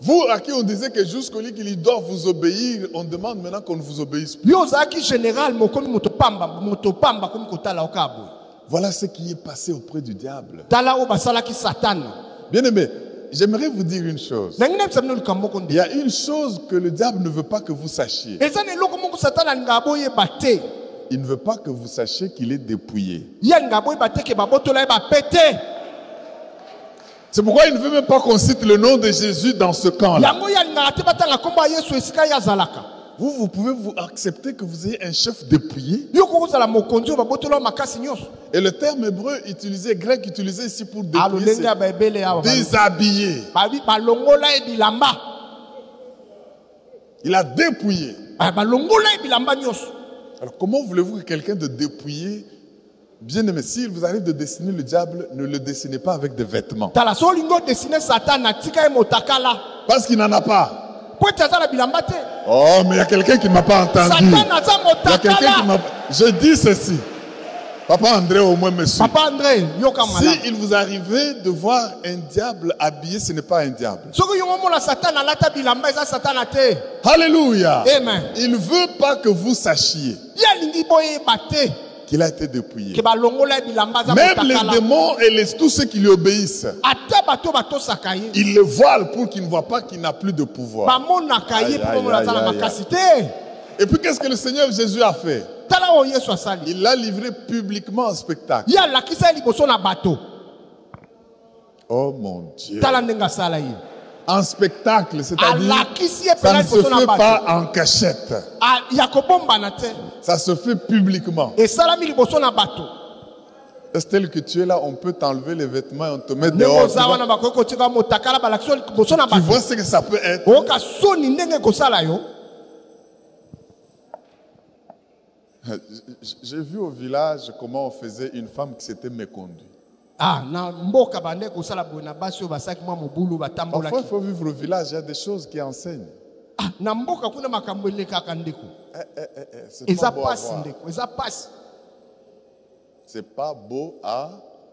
Speaker 1: Vous, à qui on disait que jusqu'au lit qu'il doit vous obéir, on demande maintenant qu'on ne vous obéisse plus.
Speaker 2: yo ozalaki général me okomi moto pamba moto pamba akomi kotala yo kaka boye
Speaker 1: Voilà ce qui est passé auprès du diable.
Speaker 2: tala oyo basalaki satana
Speaker 1: Bien-aimés, j'aimerais vous dire une chose.
Speaker 2: nangi na bisa bino likambo moko
Speaker 1: Il
Speaker 2: nde
Speaker 1: y a une chose que le diable ne veut pas que vous sachiez.
Speaker 2: eza na eloko moko satana alingaa boyeba te
Speaker 1: Il ne veut pas que vous sachiez qu'il est dépouillé.
Speaker 2: ye alingaa boyeba te ke babotola ye bape te
Speaker 1: C'est pourquoi il ne veut même pas qu'on cite le nom de Jésus dans ce camp-là.
Speaker 2: yango ye alingaka te batanga nkombo ya yesu esika ye azalaka
Speaker 1: Vous, vous pouvez vous accepter que vous ayez un chef dépouillé.
Speaker 2: yo okoki kozala mokonzi oyo babotola yo makasi nyonso
Speaker 1: Et le terme hébreu utilisé, grec utilisé ici pour dépouiller,
Speaker 2: alolenge ya
Speaker 1: c'est
Speaker 2: baebele awa ba-
Speaker 1: déshabillé.
Speaker 2: babi- balongola ye e bilamba
Speaker 1: Il a dépouillé.
Speaker 2: Ba- balongola ye bilamba nyonso
Speaker 1: Alors comment voulez-vous que quelqu'un de dépouillé, bien aimé, s'il vous arrive de dessiner le diable, ne le dessinez pas avec des vêtements.
Speaker 2: tala so olingi odesine satana tika e ye motakala
Speaker 1: Parce qu'il n'en a pas.
Speaker 2: po ete aza na bilamba te
Speaker 1: Oh, mais il y a quelqu'un qui ne m'a pas entendu.
Speaker 2: satana aza
Speaker 1: Il y a quelqu'un qui
Speaker 2: motakala
Speaker 1: m'a. Je dis ceci. Papa André, au moins, me suit.
Speaker 2: papa andré yoka
Speaker 1: Si
Speaker 2: malamu
Speaker 1: il vous arrivait de voir un diable habillé, ce n'est pas un diable.
Speaker 2: soki yongo omona satana alata bilamba eza satana te
Speaker 1: Alléluia.
Speaker 2: amen
Speaker 1: Il ne veut pas que vous sachiez
Speaker 2: ye alingi boyeba te
Speaker 1: qu'il a été
Speaker 2: ke
Speaker 1: dépouillé.
Speaker 2: balongola ye bilamba aza
Speaker 1: Même les
Speaker 2: motakala
Speaker 1: démons et les- tous ceux qui lui obéissent,
Speaker 2: ata bato batosaka ye
Speaker 1: ils le voilent pour qu'ils ne voient pas qu'il n'a plus de pouvoir.
Speaker 2: bamonaka
Speaker 1: Aïe,
Speaker 2: ye
Speaker 1: aïe,
Speaker 2: mpo mona aza
Speaker 1: aïe,
Speaker 2: na
Speaker 1: aïe.
Speaker 2: makasi te
Speaker 1: Et puis qu'est-ce que le Seigneur Jésus a fait
Speaker 2: tala oyo yesu asali
Speaker 1: Il l'a livré publiquement en spectacle.
Speaker 2: ye alakisa ye liboso na bato
Speaker 1: Oh mon Dieu.
Speaker 2: tala ndenge asala ye
Speaker 1: En spectacle, c'est-à-dire
Speaker 2: alakisi ye
Speaker 1: Ça
Speaker 2: mpena
Speaker 1: ne se
Speaker 2: liboso na
Speaker 1: fait
Speaker 2: bato
Speaker 1: pas en cachette.
Speaker 2: A- Ah, ya kobombana te
Speaker 1: Ça se fait publiquement.
Speaker 2: esalami liboso na bato
Speaker 1: C'est tel que tu es là, on peut t'enlever les vêtements et on te met
Speaker 2: ndenge
Speaker 1: dehors. Tu
Speaker 2: oza
Speaker 1: vois,
Speaker 2: wana bakoki kotika motakala balakisi yo liboso na
Speaker 1: tu
Speaker 2: bato
Speaker 1: vois ce que ça peut être.
Speaker 2: oyoka soni ndenge ekosala yo
Speaker 1: J- J'ai vu au village comment on faisait une femme qui s'était méconduite.
Speaker 2: ah, na mboka bandeke kosala boye na basi oyo basalaki mwa mobulu
Speaker 1: Parfois,
Speaker 2: batambolaki
Speaker 1: il faut vivre au village, il y a des choses qui enseignent.
Speaker 2: ah, na mboka kuna makambo elekaka ndeko
Speaker 1: Eh, C'est pas,
Speaker 2: eza
Speaker 1: beau à
Speaker 2: pasi
Speaker 1: voir.
Speaker 2: ndeko eza pasi
Speaker 1: C'est pas beau à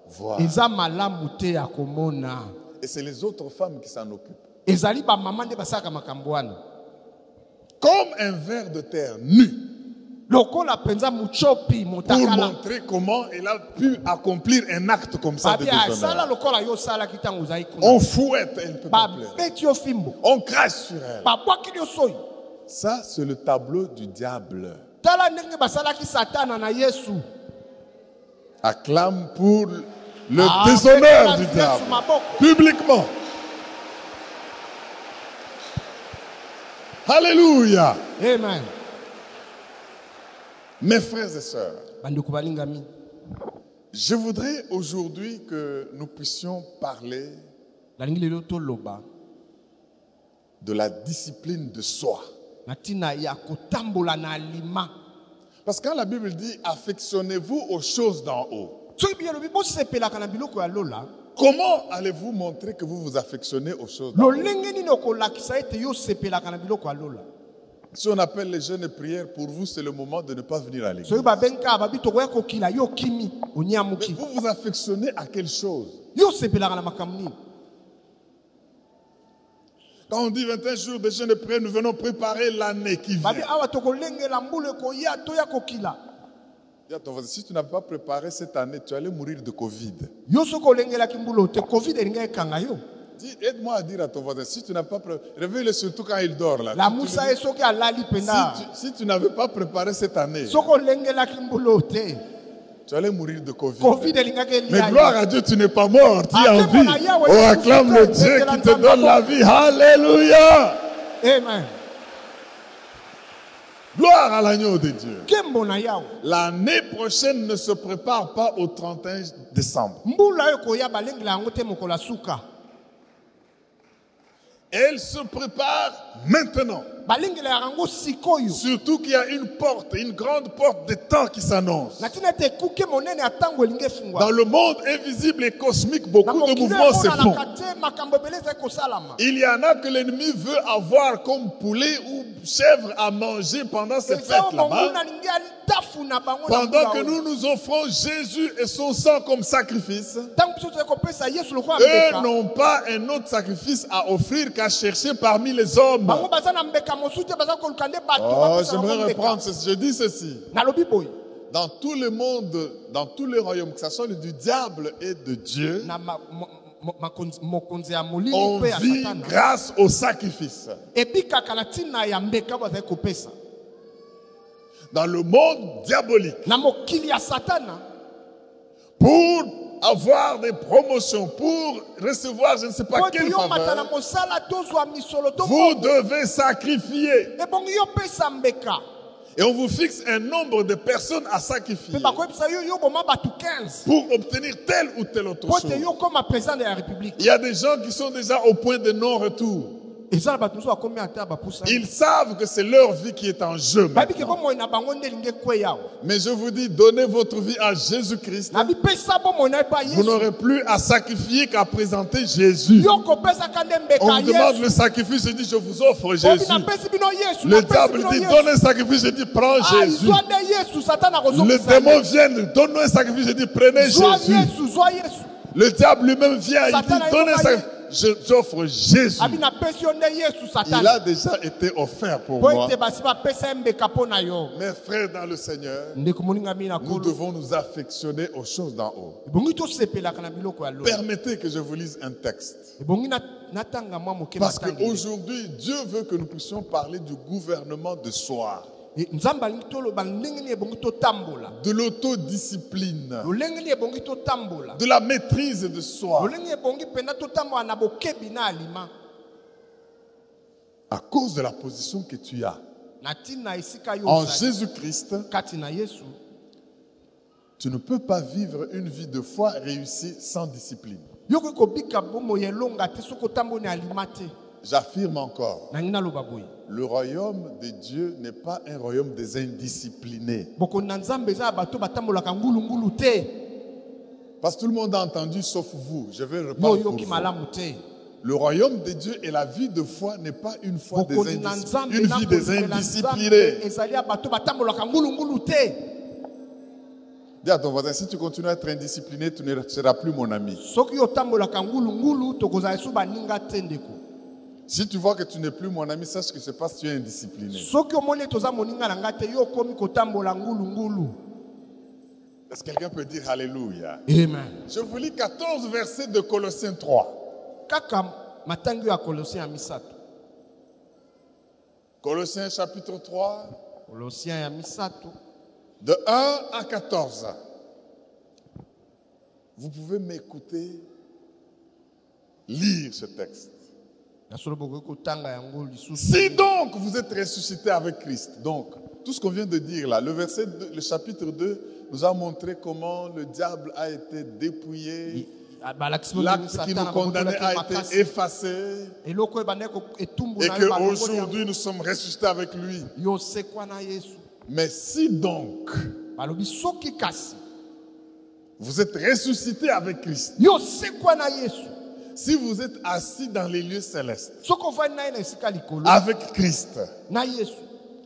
Speaker 1: voir.
Speaker 2: eza malamu te ya komona
Speaker 1: Et c'est les autres femmes qui s'en occupent.
Speaker 2: ezali bamama nde basalaka makambo wana
Speaker 1: Comme un verre de terre nu,
Speaker 2: lokola mpenza mocopi
Speaker 1: pour
Speaker 2: motakala
Speaker 1: montrer comment elle a pu accomplir un acte comme ça de
Speaker 2: babi asala
Speaker 1: déshonneur.
Speaker 2: lokola yo osalaki ntango ozali kuna
Speaker 1: On fouette, elle ne peut pas pleurer.
Speaker 2: babeti yo fimbo
Speaker 1: On crache sur elle.
Speaker 2: babwakeli yo soi
Speaker 1: Ça, c'est le tableau du diable.
Speaker 2: tala ndenge basalaki satana na yesu
Speaker 1: Acclame pour le
Speaker 2: Ah,
Speaker 1: déshonneur
Speaker 2: mais
Speaker 1: du
Speaker 2: Jésus,
Speaker 1: diable.
Speaker 2: ma boque.
Speaker 1: Publiquement. Alléluia.
Speaker 2: amen
Speaker 1: Mes frères et sœurs,
Speaker 2: bandeko balingami
Speaker 1: je voudrais aujourd'hui que nous puissions parler
Speaker 2: nalingi lelo toloba
Speaker 1: de la discipline de soi.
Speaker 2: na ntina ya kotambola na alima
Speaker 1: Parce que quand la Bible dit affectionnez-vous aux choses d'en haut,
Speaker 2: soki biye lobi bosepelaka na biloko ya lola
Speaker 1: comment allez-vous montrer que vous vous affectionnez aux choses d'en haut
Speaker 2: lolenge nini okolakisa ete yo osepelaka na biloko ya lola
Speaker 1: Si on appelle les jeunes prières, pour vous, c'est le moment de ne pas venir à l'église.
Speaker 2: soki babengi kaka babi tokoya kokila yo okimi
Speaker 1: Mais
Speaker 2: onyamuki
Speaker 1: vous vous affectionnez à quelle chose
Speaker 2: yo osepelaka na makambo nini
Speaker 1: Quand on dit 21 jours de jeûne et prière, nous venons préparer l'année qui vient.
Speaker 2: babi awa tokolengela mbula ekoya toya kokila
Speaker 1: Dis à ton voisin, Si tu n'as pas préparé cette année, tu allais mourir de Covid.
Speaker 2: yo soki olengelaki mbula te covid elinga ekanga yo
Speaker 1: Dis, aide-moi à dire à ton voisin, si tu n'as pas préparé, réveille-le surtout quand il dort là.
Speaker 2: la
Speaker 1: Tu- tu
Speaker 2: musa
Speaker 1: le-
Speaker 2: ye soki alali mpena
Speaker 1: si tu, si tu n'avais pas préparé cette année,
Speaker 2: soki olengelaki mbula te
Speaker 1: tu allais mourir de Covid.
Speaker 2: covid elingaki
Speaker 1: Mais
Speaker 2: elia
Speaker 1: gloire
Speaker 2: yo.
Speaker 1: à Dieu, tu n'es pas mort, tu es en
Speaker 2: Acclame la
Speaker 1: vie.
Speaker 2: Yahweh,
Speaker 1: On acclame le
Speaker 2: Jésus-Christ,
Speaker 1: Dieu
Speaker 2: c'est
Speaker 1: qui
Speaker 2: la
Speaker 1: te donne la vie. Alléluia.
Speaker 2: amen
Speaker 1: Gloire à l'agneau de Dieu.
Speaker 2: nkembo na yawe
Speaker 1: L'année prochaine ne se prépare pas au 31 décembre.
Speaker 2: mbula oyo ekoya balengela yango te mokolo asuka
Speaker 1: Elle se prépare maintenant.
Speaker 2: balengelaka yango sikoyo
Speaker 1: Surtout qu'il y a une porte, une grande porte de temps qui s'annonce.
Speaker 2: na ntina ete ekuke monene ya ntango elingi
Speaker 1: Dans
Speaker 2: efungwa
Speaker 1: le monde invisible et cosmique,
Speaker 2: na
Speaker 1: beaucoup de
Speaker 2: mokili
Speaker 1: mouvements se font.
Speaker 2: emonanaka te makambo ebele ezali kosalama
Speaker 1: Il y en a que l'ennemi veut avoir comme poulet ou chèvre à manger pendant ces
Speaker 2: eza
Speaker 1: fêtes
Speaker 2: oyo monguna
Speaker 1: là-bas.
Speaker 2: alingi atafuna bango na mbula
Speaker 1: Pendant que
Speaker 2: oyo.
Speaker 1: nous nous offrons Jésus et son sang comme sacrifice,
Speaker 2: ntango biso tozali kopesa yesu lokola
Speaker 1: eux
Speaker 2: mbeka
Speaker 1: n'ont pas un autre sacrifice à offrir qu'à chercher parmi les hommes.
Speaker 2: bango baza na mbeka mosusu te baza koluka nde bato
Speaker 1: Oh,
Speaker 2: bapesa bango
Speaker 1: j'aimerais
Speaker 2: mbeka
Speaker 1: reprendre ceci. Je dis ceci.
Speaker 2: nalobi boye
Speaker 1: Dans tout le monde, dans tous les royaumes, que ce soit le du diable et de Dieu,
Speaker 2: na ma- mo- mo- makonzi- mokonzi ya molili
Speaker 1: on
Speaker 2: mpe ya
Speaker 1: vit
Speaker 2: satana
Speaker 1: grâce au sacrifice.
Speaker 2: ebikaka na ntina ya mbeka oyo bazali kopesa
Speaker 1: Dans le monde diabolique,
Speaker 2: na mokili ya satana
Speaker 1: pour avoir des promotions, pour recevoir je ne sais pas
Speaker 2: po
Speaker 1: quelle
Speaker 2: toyomata na
Speaker 1: faveur,
Speaker 2: mosala tozwa misolo to
Speaker 1: vous devez sacrifier.
Speaker 2: ebongi yo pesa mbeka
Speaker 1: Et on vous fixe un nombre de personnes à sacrifier
Speaker 2: mpe bakoyebisa yo yo boma bato 15
Speaker 1: pour obtenir telle ou telle autre
Speaker 2: po
Speaker 1: chose.
Speaker 2: te yo koma président de la république
Speaker 1: Il y a des gens qui sont déjà au point de non-retour.
Speaker 2: eza na bato mosusu bakomi ata bapusa
Speaker 1: Ils savent que c'est leur vie qui est en jeu.
Speaker 2: babike
Speaker 1: maintenant.
Speaker 2: bomoi na bango nde elingi ekweya awa
Speaker 1: Mais je vous dis, donnez votre vie à Jésus-Christ.
Speaker 2: na bipesa bomoi na epa
Speaker 1: Vous
Speaker 2: yesu
Speaker 1: n'aurez plus à sacrifier qu'à présenter Jésus.
Speaker 2: yo kopesaka nde mbeka
Speaker 1: On
Speaker 2: ya
Speaker 1: vous demande
Speaker 2: yesu
Speaker 1: le sacrifice, je dis, je vous offre
Speaker 2: obi
Speaker 1: Jésus.
Speaker 2: napesi bino yesu
Speaker 1: Le
Speaker 2: napesi
Speaker 1: diable
Speaker 2: bino
Speaker 1: dit,
Speaker 2: yesu
Speaker 1: donne un sacrifice, je dis, prends
Speaker 2: Ah,
Speaker 1: Jésus.
Speaker 2: zwa nde yesu satana
Speaker 1: Le
Speaker 2: akozongisa
Speaker 1: démon vient, donne un sacrifice, je dis, prenez
Speaker 2: zwa
Speaker 1: Jésus.
Speaker 2: yesu zwa yesu
Speaker 1: Le diable lui-même vient, il
Speaker 2: Satan a
Speaker 1: dit, donne un
Speaker 2: évoqué-
Speaker 1: sacrifice, je- j'offre Jésus.
Speaker 2: abi napesi yo nde yesu
Speaker 1: Il
Speaker 2: satana
Speaker 1: a déjà été offert pour
Speaker 2: po
Speaker 1: moi.
Speaker 2: ete basi bapesa ye mbeka mpo na yo
Speaker 1: Mes frères dans le Seigneur,
Speaker 2: ndeko moningami na
Speaker 1: nous
Speaker 2: kolo
Speaker 1: devons nous affectionner aux choses d'en haut.
Speaker 2: ebongi tosepelaka na biloko ya lola
Speaker 1: Permettez que je vous lise un texte.
Speaker 2: ebongi na- natanga mwa moke
Speaker 1: Parce
Speaker 2: matanga ete.
Speaker 1: qu'aujourd'hui, Dieu veut que nous puissions parler du gouvernement de soi,
Speaker 2: E, nzambe alingi toloba ndenge nini ebongi totambola
Speaker 1: de l'autodiscipline,
Speaker 2: lolenge nini ebongi totambola
Speaker 1: de la maîtrise de soi.
Speaker 2: lolenge ebongi mpenza totambola na bokebi na alima
Speaker 1: À cause de la position que tu as
Speaker 2: na ntina esika yo
Speaker 1: en
Speaker 2: ozali,
Speaker 1: Jésus-Christ,
Speaker 2: kati na yesu
Speaker 1: Tu ne peux pas vivre une vie de foi réussie sans discipline.
Speaker 2: yo okoki kobika bomoi elonga te soki otamboli na alima te
Speaker 1: J'affirme encore,
Speaker 2: nangi naloba boye
Speaker 1: le royaume de Dieu n'est pas un royaume des indisciplinés.
Speaker 2: bokondi na nzambe eza ya bato batambolaka ngulungulu te
Speaker 1: Parce que tout le monde a entendu, sauf vous. Je vais
Speaker 2: yo
Speaker 1: reprendre pour
Speaker 2: oyoki
Speaker 1: vous.
Speaker 2: malamu te
Speaker 1: Le royaume de Dieu et la vie de foi n'est pas une, foi des
Speaker 2: bokondi na
Speaker 1: indis-
Speaker 2: nzambe
Speaker 1: une
Speaker 2: na
Speaker 1: vie des
Speaker 2: kolingela
Speaker 1: indisciplinés.
Speaker 2: Nzambe ezali ya bato batambolaka ngulungulu te
Speaker 1: Dis à ton voisin, si tu continues à être indiscipliné, tu ne seras plus mon ami.
Speaker 2: soki yo otambolaka ngulungulu tokozala lisu baninga te ndeko
Speaker 1: Si tu vois que tu n'es plus mon ami, sache que c'est parce que tu es indiscipliné.
Speaker 2: soki omoni ete oza moninga na ngai te yo okomi kotambola ngulungulu
Speaker 1: Est-ce que quelqu'un peut dire Alléluia
Speaker 2: amen
Speaker 1: Je vous lis 14 versets de Colossiens 3.
Speaker 2: kaka matangi oyo ya kolosien ya misato
Speaker 1: Colossiens chapitre 3,
Speaker 2: kolosien ya misato
Speaker 1: de 1 à 14. Vous pouvez m'écouter lire ce texte.
Speaker 2: ya solo bokoki kotanga yango lisusu
Speaker 1: Si donc vous êtes ressuscité avec Christ, donc tout ce qu'on vient de dire là, le verset, deux- le chapitre 2 nous a montré comment le diable a été dépouillé,
Speaker 2: balakisi biso ndenge
Speaker 1: l'acte qui
Speaker 2: Satan
Speaker 1: nous condamnait
Speaker 2: akobotolaki
Speaker 1: a été
Speaker 2: makasi.
Speaker 1: effacé
Speaker 2: eloko oyo ebandaki ko- etumbu
Speaker 1: et
Speaker 2: na yo balongoli yango.
Speaker 1: qu'aujourd'hui nous sommes ressuscités avec lui.
Speaker 2: yo osekwa na yesu
Speaker 1: Mais si donc
Speaker 2: balobi soki kasi
Speaker 1: vous êtes ressuscité avec Christ,
Speaker 2: yo osekwa na yesu
Speaker 1: si vous êtes assis dans les lieux célestes,
Speaker 2: soki ovandi na ye na esika likolo
Speaker 1: avec Christ,
Speaker 2: na yesu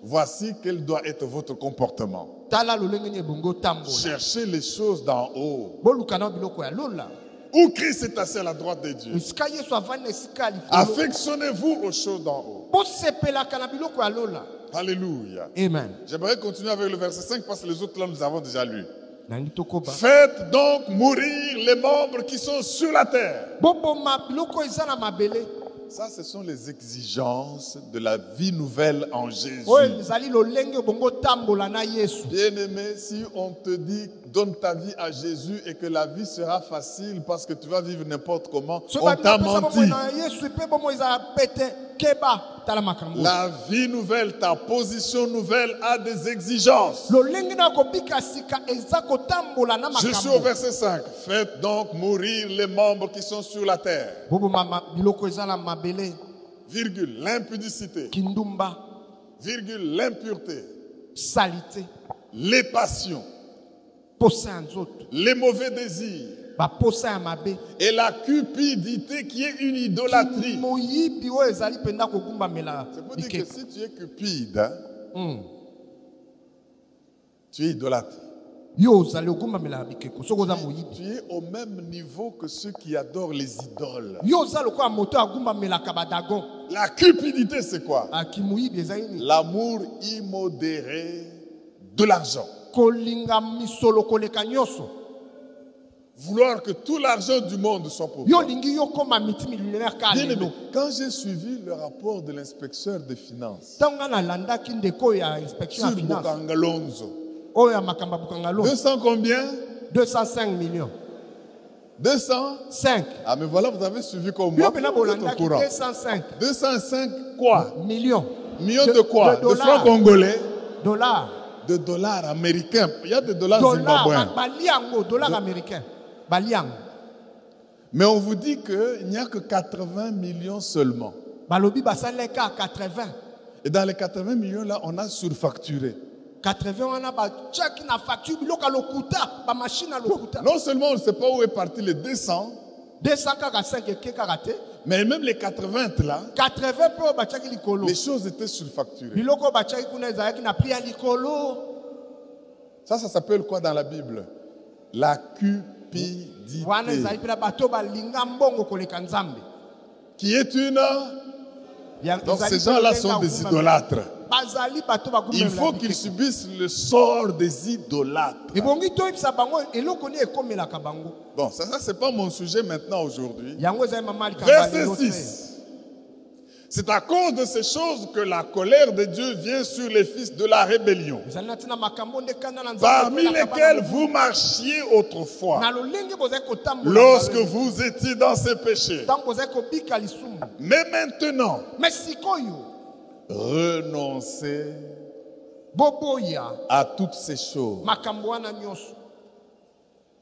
Speaker 1: voici quel doit être votre comportement.
Speaker 2: tala lolenge nini ebongi otambola
Speaker 1: Cherchez les choses d'en haut,
Speaker 2: boluka na biloko ya lola
Speaker 1: où Christ est assis à la droite de Dieu.
Speaker 2: Sika Yesu avandi esika ya likolo.
Speaker 1: Affectionnez-vous aux choses d'en haut.
Speaker 2: Bosepelaka na biloko ya lola.
Speaker 1: Alléluia.
Speaker 2: Amen.
Speaker 1: J'aimerais continuer avec le verset 5 parce que les autres là nous avons déjà lu.
Speaker 2: Nangi tokoba.
Speaker 1: Faites donc mourir les membres qui sont sur la terre.
Speaker 2: Boboma biloko eza na mabele.
Speaker 1: Ça, ce sont les exigences de la vie nouvelle en Jésus.
Speaker 2: Oyo ezali lolenge bongo tambola na Yesu.
Speaker 1: Bien-aimé, si on te dit donne ta vie à Jésus et que la vie sera facile parce que tu vas vivre n'importe comment,
Speaker 2: So
Speaker 1: on
Speaker 2: ba
Speaker 1: t'a
Speaker 2: pesa
Speaker 1: menti.
Speaker 2: bomoi na Yesu pe bomoi ezala pete keba tala makambo.
Speaker 1: La vie nouvelle, ta position nouvelle a des exigences.
Speaker 2: lolenge na kobika sika eza kotambola na
Speaker 1: Je suis au
Speaker 2: makambo
Speaker 1: verset 5. Faites donc mourir les membres qui sont sur la terre.
Speaker 2: boboma ma- biloko eza na mabele
Speaker 1: Virgule, l'impudicité.
Speaker 2: kindumba
Speaker 1: Virgule, l'impureté.
Speaker 2: salite
Speaker 1: Les passions.
Speaker 2: posa ya nzoto
Speaker 1: Les mauvais désirs.
Speaker 2: baposa ya mabe
Speaker 1: Et la cupidité qui est une idolâtrie.
Speaker 2: moyibi oyo ezali mpenza kogumbamela
Speaker 1: C'est pour dire que
Speaker 2: bikeko
Speaker 1: si tu es cupide, hein,
Speaker 2: Mm.
Speaker 1: tu es idolâtre.
Speaker 2: yo ozali ogumbamela bikeko soki oza
Speaker 1: Tu-
Speaker 2: moyibi
Speaker 1: Tu es au même niveau que ceux qui adorent les idoles.
Speaker 2: yo oza lokola moto agumbamelaka badagon
Speaker 1: La cupidité, c'est quoi
Speaker 2: aki moyibi eza nini
Speaker 1: L'amour immodéré de l'argent.
Speaker 2: kolinga misolo koleka nyonso
Speaker 1: Vouloir que tout l'argent du monde soit pour
Speaker 2: yo
Speaker 1: toi.
Speaker 2: olingi yo koma miti millionnaire ka
Speaker 1: Bien aimé,
Speaker 2: lelo
Speaker 1: quand j'ai suivi le rapport de l'inspecteur des finances,
Speaker 2: ntango nga nalandaki ndeko oyo ya inspection ya
Speaker 1: sur
Speaker 2: finance
Speaker 1: Bokangalonzo,
Speaker 2: oyo ya makambo ya bokanga lo
Speaker 1: 200 combien
Speaker 2: 205 millions
Speaker 1: 200
Speaker 2: 5
Speaker 1: Ah, mais voilà, vous avez suivi comme moi.
Speaker 2: yo mpena
Speaker 1: Vous êtes au
Speaker 2: bolandaki
Speaker 1: courant.
Speaker 2: 205
Speaker 1: 205 quoi
Speaker 2: millions
Speaker 1: Millions de quoi
Speaker 2: de
Speaker 1: De francs
Speaker 2: dollars.
Speaker 1: congolais
Speaker 2: dollars
Speaker 1: De dollars américains. Il y a des dollars
Speaker 2: dollar
Speaker 1: zimbabwéens.
Speaker 2: ba- bali yango dollar américain bali yango
Speaker 1: Mais on vous dit qu'il n'y a que 80 millions seulement.
Speaker 2: balobi basalelaka ya 80
Speaker 1: Et dans les 80 millions là, on a surfacturé.
Speaker 2: 80 wana bacheki na facture biloko ya lokuta bamashine ya lokuta
Speaker 1: Non seulement on ne sait pas où est parti les 200,
Speaker 2: 245 eke kaka te
Speaker 1: mais même les 80 là,
Speaker 2: 80 mpe oyo batiaki likolo
Speaker 1: les choses étaient surfacturées.
Speaker 2: biloko oyo batiaki kuna ezalaki na pri ya likolo
Speaker 1: Ça, ça s'appelle quoi dans la Bible La cupidité.
Speaker 2: wana ezali mpena bato oyo balinga mbongo koleka nzambe
Speaker 1: Qui est une.
Speaker 2: Ya-
Speaker 1: Donc
Speaker 2: ezali
Speaker 1: ces gens-là
Speaker 2: mpena
Speaker 1: sont des
Speaker 2: kogumbamela-
Speaker 1: idolâtres.
Speaker 2: bazali bato
Speaker 1: Il faut
Speaker 2: bagumbamela
Speaker 1: qu'ils
Speaker 2: bikeko.
Speaker 1: subissent le sort des idolâtres.
Speaker 2: ebongi toyebisa bango eloko nini ekomelaka bango
Speaker 1: Bon, ça, ça c'est pas mon sujet maintenant aujourd'hui.
Speaker 2: yango ezali mama likambo ya
Speaker 1: Verset
Speaker 2: lelo te.
Speaker 1: 6. C'est à cause de ces choses que la colère de Dieu vient sur les fils de la rébellion,
Speaker 2: ezali na ntina makambo nde kanda na
Speaker 1: parmi
Speaker 2: mpe nakaba
Speaker 1: lesquels
Speaker 2: na-
Speaker 1: vous marchiez
Speaker 2: na
Speaker 1: autrefois,
Speaker 2: lolenge bozali kotambola
Speaker 1: lorsque
Speaker 2: na-
Speaker 1: vous étiez dans ces péchés.
Speaker 2: ntango bozali kobika lisumu
Speaker 1: Mais maintenant,
Speaker 2: me sikoyo
Speaker 1: renoncez
Speaker 2: boboya
Speaker 1: à toutes ces choses.
Speaker 2: makambo wana nyonso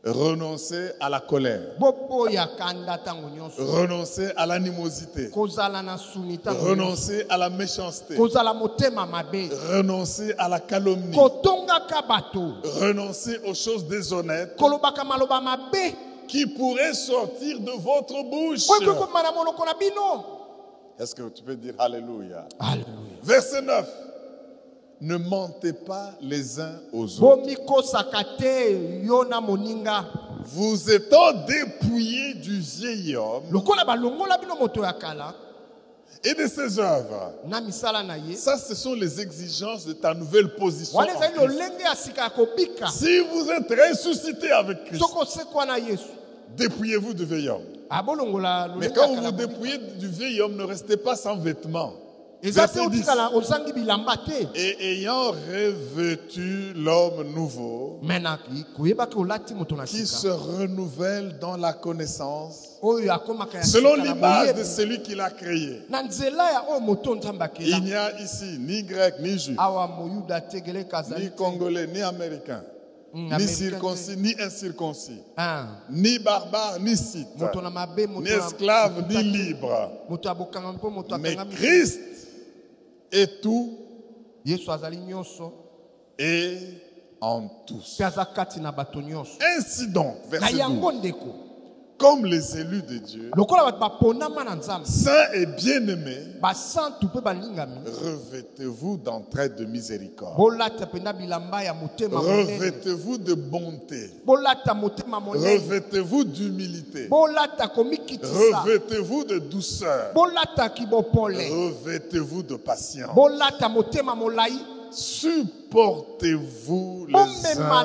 Speaker 1: Renoncez à la colère,
Speaker 2: boboya kanda ntango nyonso
Speaker 1: renoncez à l'animosité,
Speaker 2: kozala na suni ntango
Speaker 1: Oh,
Speaker 2: nyonso
Speaker 1: renoncez à la méchanceté,
Speaker 2: kozala motema mabe
Speaker 1: renoncez à la calomnie,
Speaker 2: kotongaka bato
Speaker 1: renoncez aux choses déshonnêtes
Speaker 2: kolobaka maloba mabe
Speaker 1: qui pourraient sortir de votre bouche.
Speaker 2: oyo ekokoma na monoko na bino
Speaker 1: Est-ce que tu peux dire Alléluia
Speaker 2: Alléluia.
Speaker 1: Verset 9. Ne mentez pas les uns aux autres.
Speaker 2: bomikosaka te yo na moninga
Speaker 1: Vous étant dépouillés du vieil homme
Speaker 2: lokola balongola bino moto ya kala
Speaker 1: et de ses œuvres.
Speaker 2: na misala na ye
Speaker 1: Ça, ce sont les exigences de ta nouvelle position.
Speaker 2: wana
Speaker 1: en
Speaker 2: ezali
Speaker 1: Christ.
Speaker 2: lolenge ya sika ya kobika
Speaker 1: Si vous êtes ressuscité avec Christ,
Speaker 2: soki osekwa na yesu
Speaker 1: dépouillez-vous du vieil homme.
Speaker 2: abolongola
Speaker 1: Mais
Speaker 2: lolenge ya
Speaker 1: quand vous
Speaker 2: kala
Speaker 1: vous
Speaker 2: kobika.
Speaker 1: dépouillez du vieil homme, ne restez pas sans vêtements.
Speaker 2: eza te
Speaker 1: Verset 10.
Speaker 2: otikala ozangi bilamba te
Speaker 1: Et ayant revêtu l'homme nouveau,
Speaker 2: me na ki- koyebaki olati moto na
Speaker 1: qui se
Speaker 2: sika
Speaker 1: renouvelle dans la connaissance,
Speaker 2: oyo akomaka ya
Speaker 1: selon
Speaker 2: sika na
Speaker 1: l'image de
Speaker 2: boyebi.
Speaker 1: celui qui l'a créé.
Speaker 2: na nzela ya oyo moto nzambe
Speaker 1: Il
Speaker 2: akela
Speaker 1: n'y a Ah, ici ni grec, ni juif,
Speaker 2: awa moyuda tegele kazali
Speaker 1: ni congolais, ni Hmm, américain,
Speaker 2: Mm,
Speaker 1: ni
Speaker 2: Américain,
Speaker 1: circoncis, ni incirconcis,
Speaker 2: Ah,
Speaker 1: ni barbare, ni scythe,
Speaker 2: moto na mabe moto
Speaker 1: ni
Speaker 2: na-
Speaker 1: esclave, ni libre.
Speaker 2: moto ya bokanga mpo moto
Speaker 1: Mais
Speaker 2: akangami
Speaker 1: Christ est tout
Speaker 2: yesu azali nyonso
Speaker 1: et en tous.
Speaker 2: mpe aza kati na bato nyonso
Speaker 1: Eh, Ainsi donc,
Speaker 2: na
Speaker 1: verset 12,
Speaker 2: yango ndeko
Speaker 1: comme les élus de Dieu,
Speaker 2: lokola bato baponama na nzambe
Speaker 1: saints et bien-aimés,
Speaker 2: basantu mpe balingami
Speaker 1: revêtez-vous d'entraide de miséricorde.
Speaker 2: bolata mpena bilamba ya motema monene
Speaker 1: Revêtez-vous de bonté.
Speaker 2: bolata motema monene
Speaker 1: Revêtez-vous d'humilité.
Speaker 2: bolata komikitisa
Speaker 1: Revêtez-vous de douceur.
Speaker 2: bolataki bopole
Speaker 1: Revêtez-vous de patience.
Speaker 2: bolata motema molai
Speaker 1: Supportez-vous les
Speaker 2: bomema
Speaker 1: uns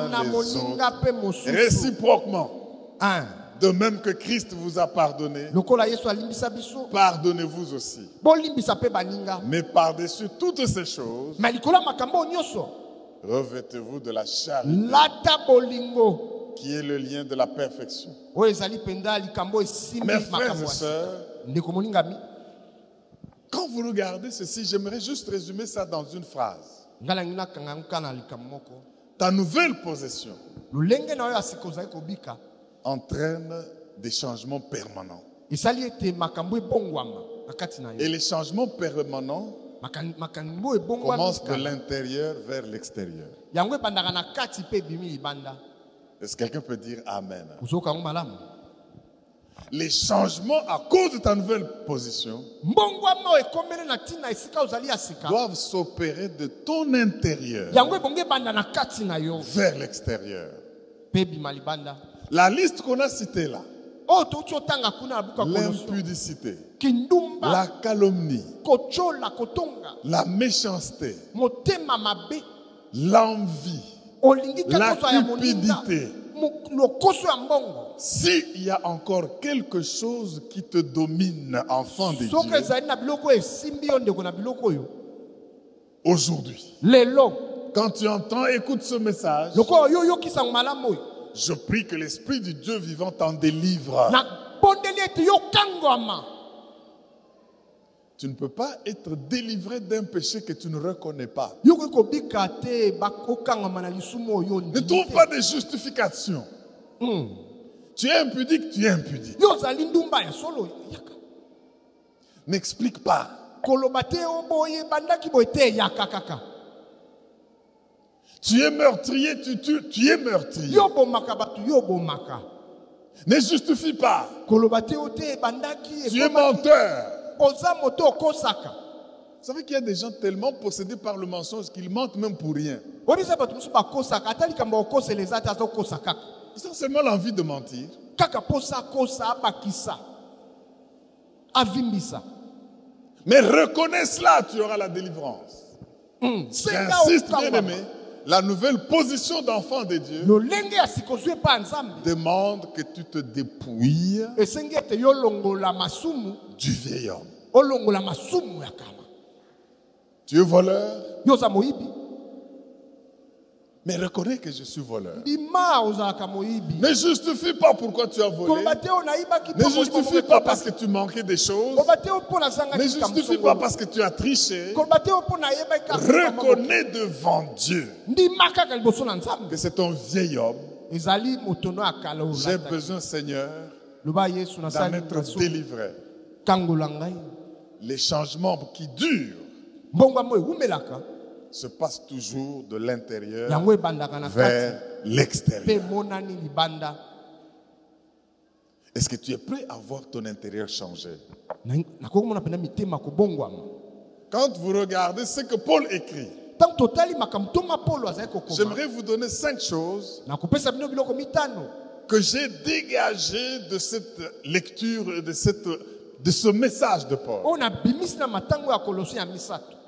Speaker 2: na
Speaker 1: les autres.
Speaker 2: moninga mpe mosusu
Speaker 1: Réciproquement,
Speaker 2: Un.
Speaker 1: de même que Christ vous a pardonné,
Speaker 2: lokola yesu alimbisa biso
Speaker 1: pardonnez-vous aussi.
Speaker 2: bolimbisa mpe baninga
Speaker 1: Mais par-dessus toutes ces choses,
Speaker 2: me likolo ya makambo oyo nyonso
Speaker 1: revêtez-vous de la charité
Speaker 2: lata bolingo
Speaker 1: qui est le lien de la perfection.
Speaker 2: oyo ezali mpenza likambo esimbi
Speaker 1: Mes frères
Speaker 2: makambo
Speaker 1: et
Speaker 2: ya sika.
Speaker 1: sœurs,
Speaker 2: ndeko moningami
Speaker 1: quand vous regardez ceci, j'aimerais juste résumer ça dans une phrase.
Speaker 2: ngai nangi nakanga nka na likambo moko
Speaker 1: Ta nouvelle possession
Speaker 2: lolenge na oyo ya sika ozali kobika
Speaker 1: entraîne des changements permanents.
Speaker 2: esali ete makambo ebongwama na kati na
Speaker 1: Et
Speaker 2: yo
Speaker 1: les changements permanents
Speaker 2: Makan- makambo ebongwama
Speaker 1: commencent de l'intérieur vers l'extérieur.
Speaker 2: yango ebandaka na kati mpe ebimi libanda
Speaker 1: Est-ce que quelqu'un peut dire Amen
Speaker 2: ozoyoka yango malamu
Speaker 1: Les changements à cause de ta nouvelle position
Speaker 2: mbongwama oyo ekomeli na ntina esika ozali ya sika
Speaker 1: doivent s'opérer de ton intérieur
Speaker 2: yango ebongo ebanda na kati na yo
Speaker 1: vers l'extérieur.
Speaker 2: mpe ebima libanda
Speaker 1: La liste qu'on a citée là,
Speaker 2: oyo touti otanga kuna na buka kolosio
Speaker 1: l'impudicité,
Speaker 2: kindumba
Speaker 1: la calomnie,
Speaker 2: kotyola kotonga
Speaker 1: la méchanceté,
Speaker 2: motema mabe
Speaker 1: l'envie,
Speaker 2: olingi kaka
Speaker 1: La
Speaker 2: ozwa ya moninga
Speaker 1: cupidité.
Speaker 2: mo- lokoso ya mbongo
Speaker 1: s'il y a encore quelque chose qui te domine, enfant de
Speaker 2: soki
Speaker 1: Dieu,
Speaker 2: ezali na biloko oyo esimbi yo ndeko na biloko oyo
Speaker 1: aujourd'hui,
Speaker 2: lelo
Speaker 1: quand tu entends, écoute ce message,
Speaker 2: lokola oyo oyokisango malamu oyo
Speaker 1: je prie que l'Esprit du Dieu vivant t'en délivre.
Speaker 2: nabondeli ete yokangwama
Speaker 1: Tu ne peux pas être délivré d'un péché que tu ne reconnais pas.
Speaker 2: yokoki kobika te bak- okangwama na lisumu oyo
Speaker 1: Ne
Speaker 2: ondimi
Speaker 1: trouve
Speaker 2: te.
Speaker 1: pas de justification.
Speaker 2: Mm.
Speaker 1: Tu es impudique, tu es impudique.
Speaker 2: yo ozali ndumba ya solo yaka
Speaker 1: N'explique pas.
Speaker 2: koloba te oyo boye ebandaki boye te eyaka kaka
Speaker 1: Tu es meurtrier, tu tues, tu es meurtrier.
Speaker 2: yo bomaka bato yo bomaka
Speaker 1: Ne justifie pas.
Speaker 2: koloba te oyo te ebandaki
Speaker 1: Tu es
Speaker 2: ekomaki.
Speaker 1: menteur.
Speaker 2: oza moto okosaka
Speaker 1: Vous savez qu'il y a des gens tellement possédés par le mensonge qu'ils mentent même pour rien.
Speaker 2: olisa bato mosusu bakosaka ata likambo akokosela eza te aza kokosa kaka
Speaker 1: Ils ont seulement l'envie de mentir.
Speaker 2: kaka mposa akosa abakisa avimbisa
Speaker 1: Mais reconnais cela, tu auras la délivrance.
Speaker 2: Senga
Speaker 1: J'insiste, Hmm. bien
Speaker 2: okangwama.
Speaker 1: aimé, la nouvelle position d'enfant de Dieu
Speaker 2: lolenge ya sika ozwi epa ya nzambe
Speaker 1: demande que tu te dépouilles
Speaker 2: esengi ete yo longola masumu
Speaker 1: du vieil homme.
Speaker 2: olongola masumu ya kala
Speaker 1: Tu es voleur,
Speaker 2: yo oza moyibi
Speaker 1: mais reconnais que je suis voleur.
Speaker 2: bima ozalaka moyibi
Speaker 1: Ne justifie pas pourquoi tu as volé.
Speaker 2: koloba te oyo nayibaki
Speaker 1: Ne justifie pas parce que tu manquais des choses.
Speaker 2: koloba te oyo mpo
Speaker 1: Ne
Speaker 2: nazangaki
Speaker 1: justifie pas parce que tu as triché.
Speaker 2: koloba te oyo mpo nayebaki kaka makambo.
Speaker 1: Reconnais devant Dieu
Speaker 2: ndima kaka liboso na
Speaker 1: que
Speaker 2: nzambe
Speaker 1: c'est un vieil homme.
Speaker 2: ezali motono ya kala oyo
Speaker 1: J'ai
Speaker 2: olataki.
Speaker 1: besoin, Seigneur,
Speaker 2: loba yesu
Speaker 1: d'en
Speaker 2: nasali
Speaker 1: être
Speaker 2: masumu.
Speaker 1: délivré.
Speaker 2: kangola ngai
Speaker 1: Les changements qui durent
Speaker 2: mbongwama oyo ewumelaka
Speaker 1: se passent toujours de l'intérieur
Speaker 2: yango ebandaka na kati
Speaker 1: vers
Speaker 2: mpe
Speaker 1: l'extérieur.
Speaker 2: emonani libanda
Speaker 1: Est-ce que tu es prêt à voir ton intérieur changer
Speaker 2: Na- nakoki komona mpena mitema kobongwama
Speaker 1: Quand vous regardez ce que Paul écrit,
Speaker 2: ntango totali makambo ntoma polo azali kokoma
Speaker 1: j'aimerais vous donner cinq choses
Speaker 2: nakopesa bino biloko mitano
Speaker 1: que j'ai dégagé de cette lecture, et de, cette, de ce message de Paul,
Speaker 2: oyo nabimisi na matango ya kolosi ya misato